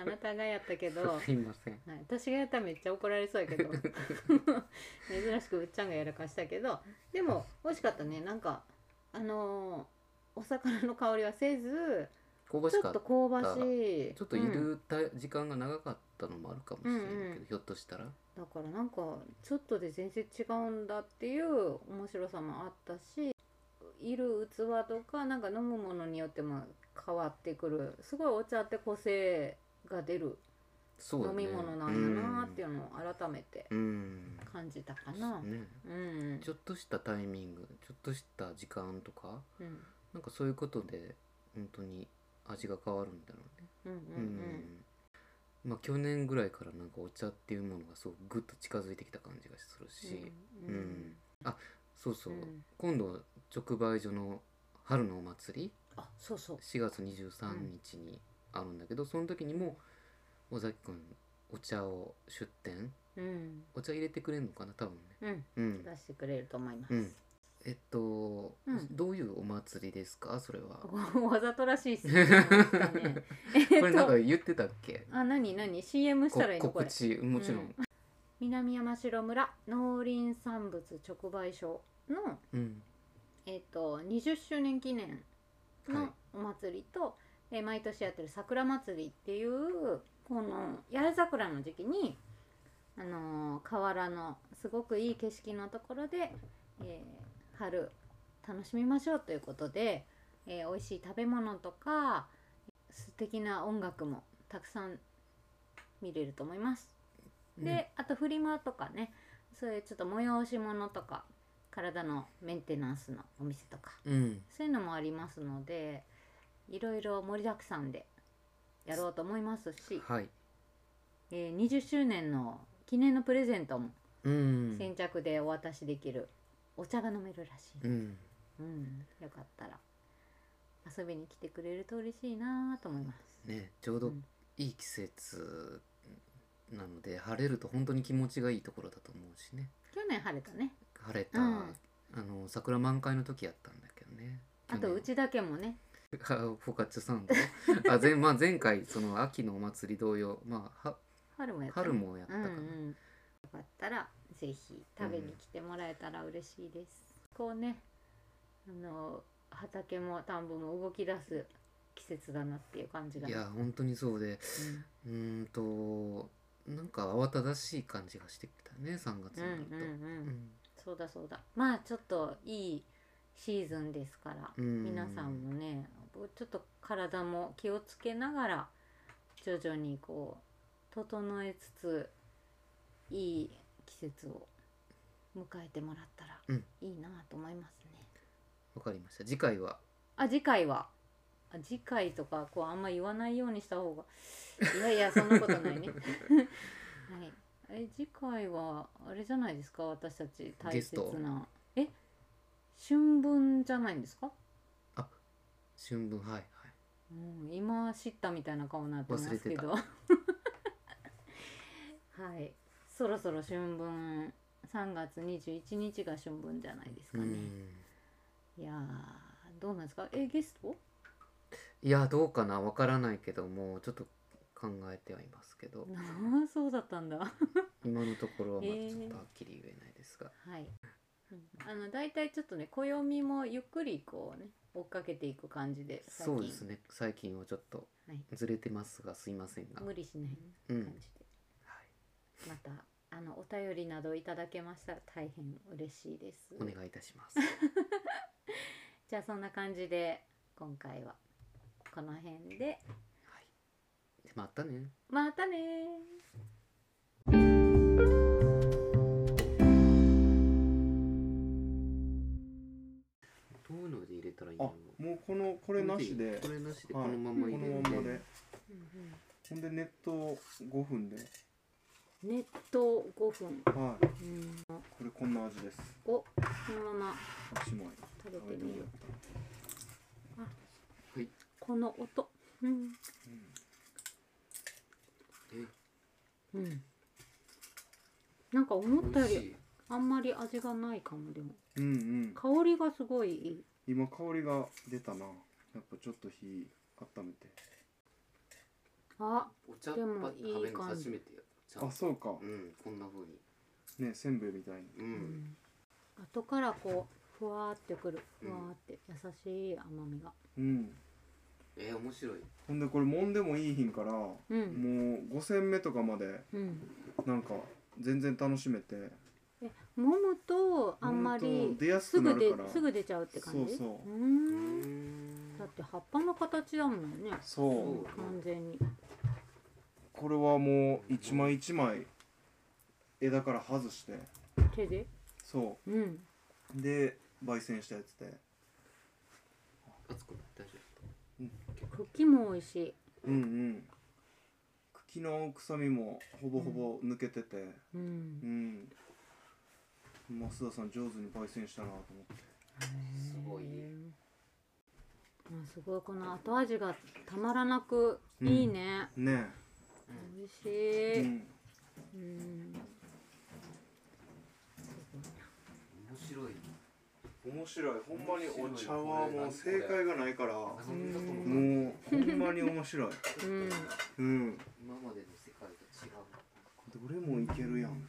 S2: あなたがやったけど、はい
S3: すいません。
S2: 私がやったらめっちゃ怒られそうやけど 珍しくうっちゃんがやらかしたけどでも美味しかったねなんかあのーお魚の香りはせず
S3: 香ば
S2: ち
S3: し
S2: ょ
S3: か
S2: っ
S3: った
S2: と。香ばしい
S3: ちょっといるた時間が長かったのもあるかもしれないけど、
S2: うんうん
S3: ひょっとしたら。
S2: だからなんかちょっとで全然違うんだっていう面白さもあったしいる器とかなんか飲むものによっても変わってくるすごいお茶って個性が出る
S3: そうだ
S2: 飲
S3: ね
S2: み物なんだなっていうのを改めて
S1: うん
S2: 感じたかな。
S3: ね
S2: うん
S3: ちょっとしたタイミングちょっとした時間とか
S2: うん
S3: なんかそういうことで本当に味が変わるんだろうね
S2: うんうん
S3: うんまあ去年ぐらいからなんかお茶っていうものがすごくぐっと近づいてきた感じがするし、
S2: うん
S3: うんあそうそう、
S2: うん
S3: 今度直売所の春のお祭り
S2: あそうそう
S3: 4月23日にあるんだけど、その時にも尾崎くんお茶を出店
S2: うん
S3: お茶入れてくれるのかな多分ね
S2: うん
S3: うん、
S2: 出してくれると思います
S3: う、ん、えっと、
S2: うん
S3: どういうお祭りですかそれは
S2: わざとらしい質 問でしたねえ
S3: これ
S2: っ
S3: なん
S2: と
S3: か言ってたっけ
S2: あ何何 CM したらいいの
S3: こ
S2: こ
S3: 告
S2: れ
S3: 知もちろん、
S2: 南山城村農林産物直売所の、
S3: うん
S2: えっと20周年記念
S3: はい
S2: のお祭りと、えー毎年やってる桜祭りっていうこの八重桜の時期に、あのー河原のすごくいい景色のところで、えー春楽しみましょうということで、えー美味しい食べ物とか素敵な音楽もたくさん見れると思います。で、あとフリマとかねそういうちょっと催し物とか体のメンテナンスのお店とか
S3: うん、
S2: そういうのもありますのでいろいろ盛りだくさんでやろうと思いますし、
S3: はい、
S2: えー20周年の記念のプレゼントも
S3: うん
S2: 先着でお渡しできるお茶が飲めるらしい、
S3: うん、
S2: うん、よかったら遊びに来てくれると嬉しいなと思います。
S3: ねちょうど
S2: うん
S3: いい季節なので晴れると本当に気持ちがいいところだと思うしね
S2: 去年晴れたね
S3: 晴れた、
S2: うん
S3: あの桜満開の時やったんだけどね
S2: あと うちだけもね
S3: あフォカッチャさんとあ前,、まあ、前回その秋のお祭り同様、まあ、は
S2: 春もやったね
S3: 春もやったかな、
S2: うんうん、よかったらぜひ食べに来てもらえたら嬉しいです、こうねあの畑も田んぼも動き出す季節だなっていう感じが
S3: いや本当にそうでうーんとなんか慌ただしい感じがしてきたね3月
S2: う
S3: に
S2: ん、うう
S3: なんると
S2: んうん
S3: うん
S2: そうだそうだまあちょっといいシーズンですから、
S3: うん
S2: 皆さんもねちょっと体も気をつけながら徐々にこう整えつついい季節を迎えてもらった
S3: う
S2: ら
S3: ん
S2: いいなと思いますね。
S3: わかりました次回は
S2: あ次回はあ次回とかこうあんま言わないようにした方がいやいやそんなことない ね。はいえ次回はあれじゃないですか私たち大
S3: ゲス
S2: 切
S3: ト
S2: なえ春分じゃないんですか、
S3: 春分はいはい
S2: うん、今知ったみたいな顔になってますけど
S3: 忘
S2: はいそろそろ春分3月21日が春分じゃないですか
S3: う
S2: ね、
S3: ん
S2: いやーどうなんですかえゲス ト
S3: いやどうかなわからないけどもちょっと考えてはいますけど
S2: なあそうだったんだ
S3: 今のところはまだ
S2: えー
S3: ちょっとはっきり言えないですが、
S2: はい。あの大体ちょっとね暦もゆっくりこうね追っかけていく感じで最近
S3: そうですね最近はちょっと
S2: はい
S3: ずれてますがすいませんが、
S2: 無理しない
S3: うん
S2: 感じで、
S3: はい、
S2: またあのお便りなどいただけましたら大変嬉しいです
S3: お願いいたします
S2: じゃあそんな感じで今回はこの辺で
S3: でまたね
S2: またねー
S3: どういうので入れたらいい
S1: あ
S3: の
S1: もうこのこれなしで、
S3: これなしでこ
S1: はい
S3: のまま入れて、
S1: このままで
S2: うん
S1: ほんで熱湯5分で
S2: うん熱湯5分、
S1: はい
S2: うん、
S1: これこんな味です
S2: おこのまま
S1: 8枚
S2: 食べ
S1: 食べ
S2: て
S1: て
S2: み
S1: も
S2: よ
S1: ら
S2: う
S1: った
S2: この音うん
S3: え
S2: うんなんか思った
S3: 美
S2: よ
S3: 味し
S2: り
S3: い
S2: あんまり味がないかもでも
S1: うんうん
S2: 香りがすごいいい
S1: 今香りが出たなやっぱちょっと火温めて
S2: あ
S3: お茶
S2: でも
S3: パッと食べるの
S2: いい感じ
S3: 初めてやった
S1: あそうか
S3: うんこんな風に
S1: ねせんべいみたいに
S3: う
S2: うんん後からこうふわーってくるふわーって優しい甘みが
S1: うん
S3: えー、面白い
S1: ほんでこれ揉んでもいいひんから、
S2: うん
S1: もう5煎目とかまで
S2: うん
S1: なんか全然楽しめて
S2: 揉むとあんま
S1: 揉む
S2: り
S1: と出やす
S2: す
S1: くな
S2: ぐ
S1: る
S2: で
S1: から
S2: すぐ出ちゃうって感
S1: そ
S2: じ
S1: うそう
S2: ー
S3: うんん
S2: だって葉っぱの形だもんね
S1: そう
S2: 完全に
S1: これはもう一枚一枚枝から外して
S2: 手で
S1: そ
S2: うん
S1: うで焙煎したやつで
S3: 熱くない大丈
S2: 茎も美味しい
S1: うんうん茎の臭みもほぼほぼ抜けててう
S2: う
S1: んん、増田さん上手に焙煎したなと思って
S3: すごい
S2: まあすごいこの後味がたまらなくいいね、
S1: ね
S2: 美味し
S1: え、
S2: い、
S1: うん、
S2: うん
S3: 夫面白い
S1: 面白いほんまにお茶はもう正解がないからも
S3: 遊びだと思
S1: う
S3: う
S1: ほんまに面白い
S2: うん
S1: うん
S3: 今までの世界と違う
S1: どれもいけるやん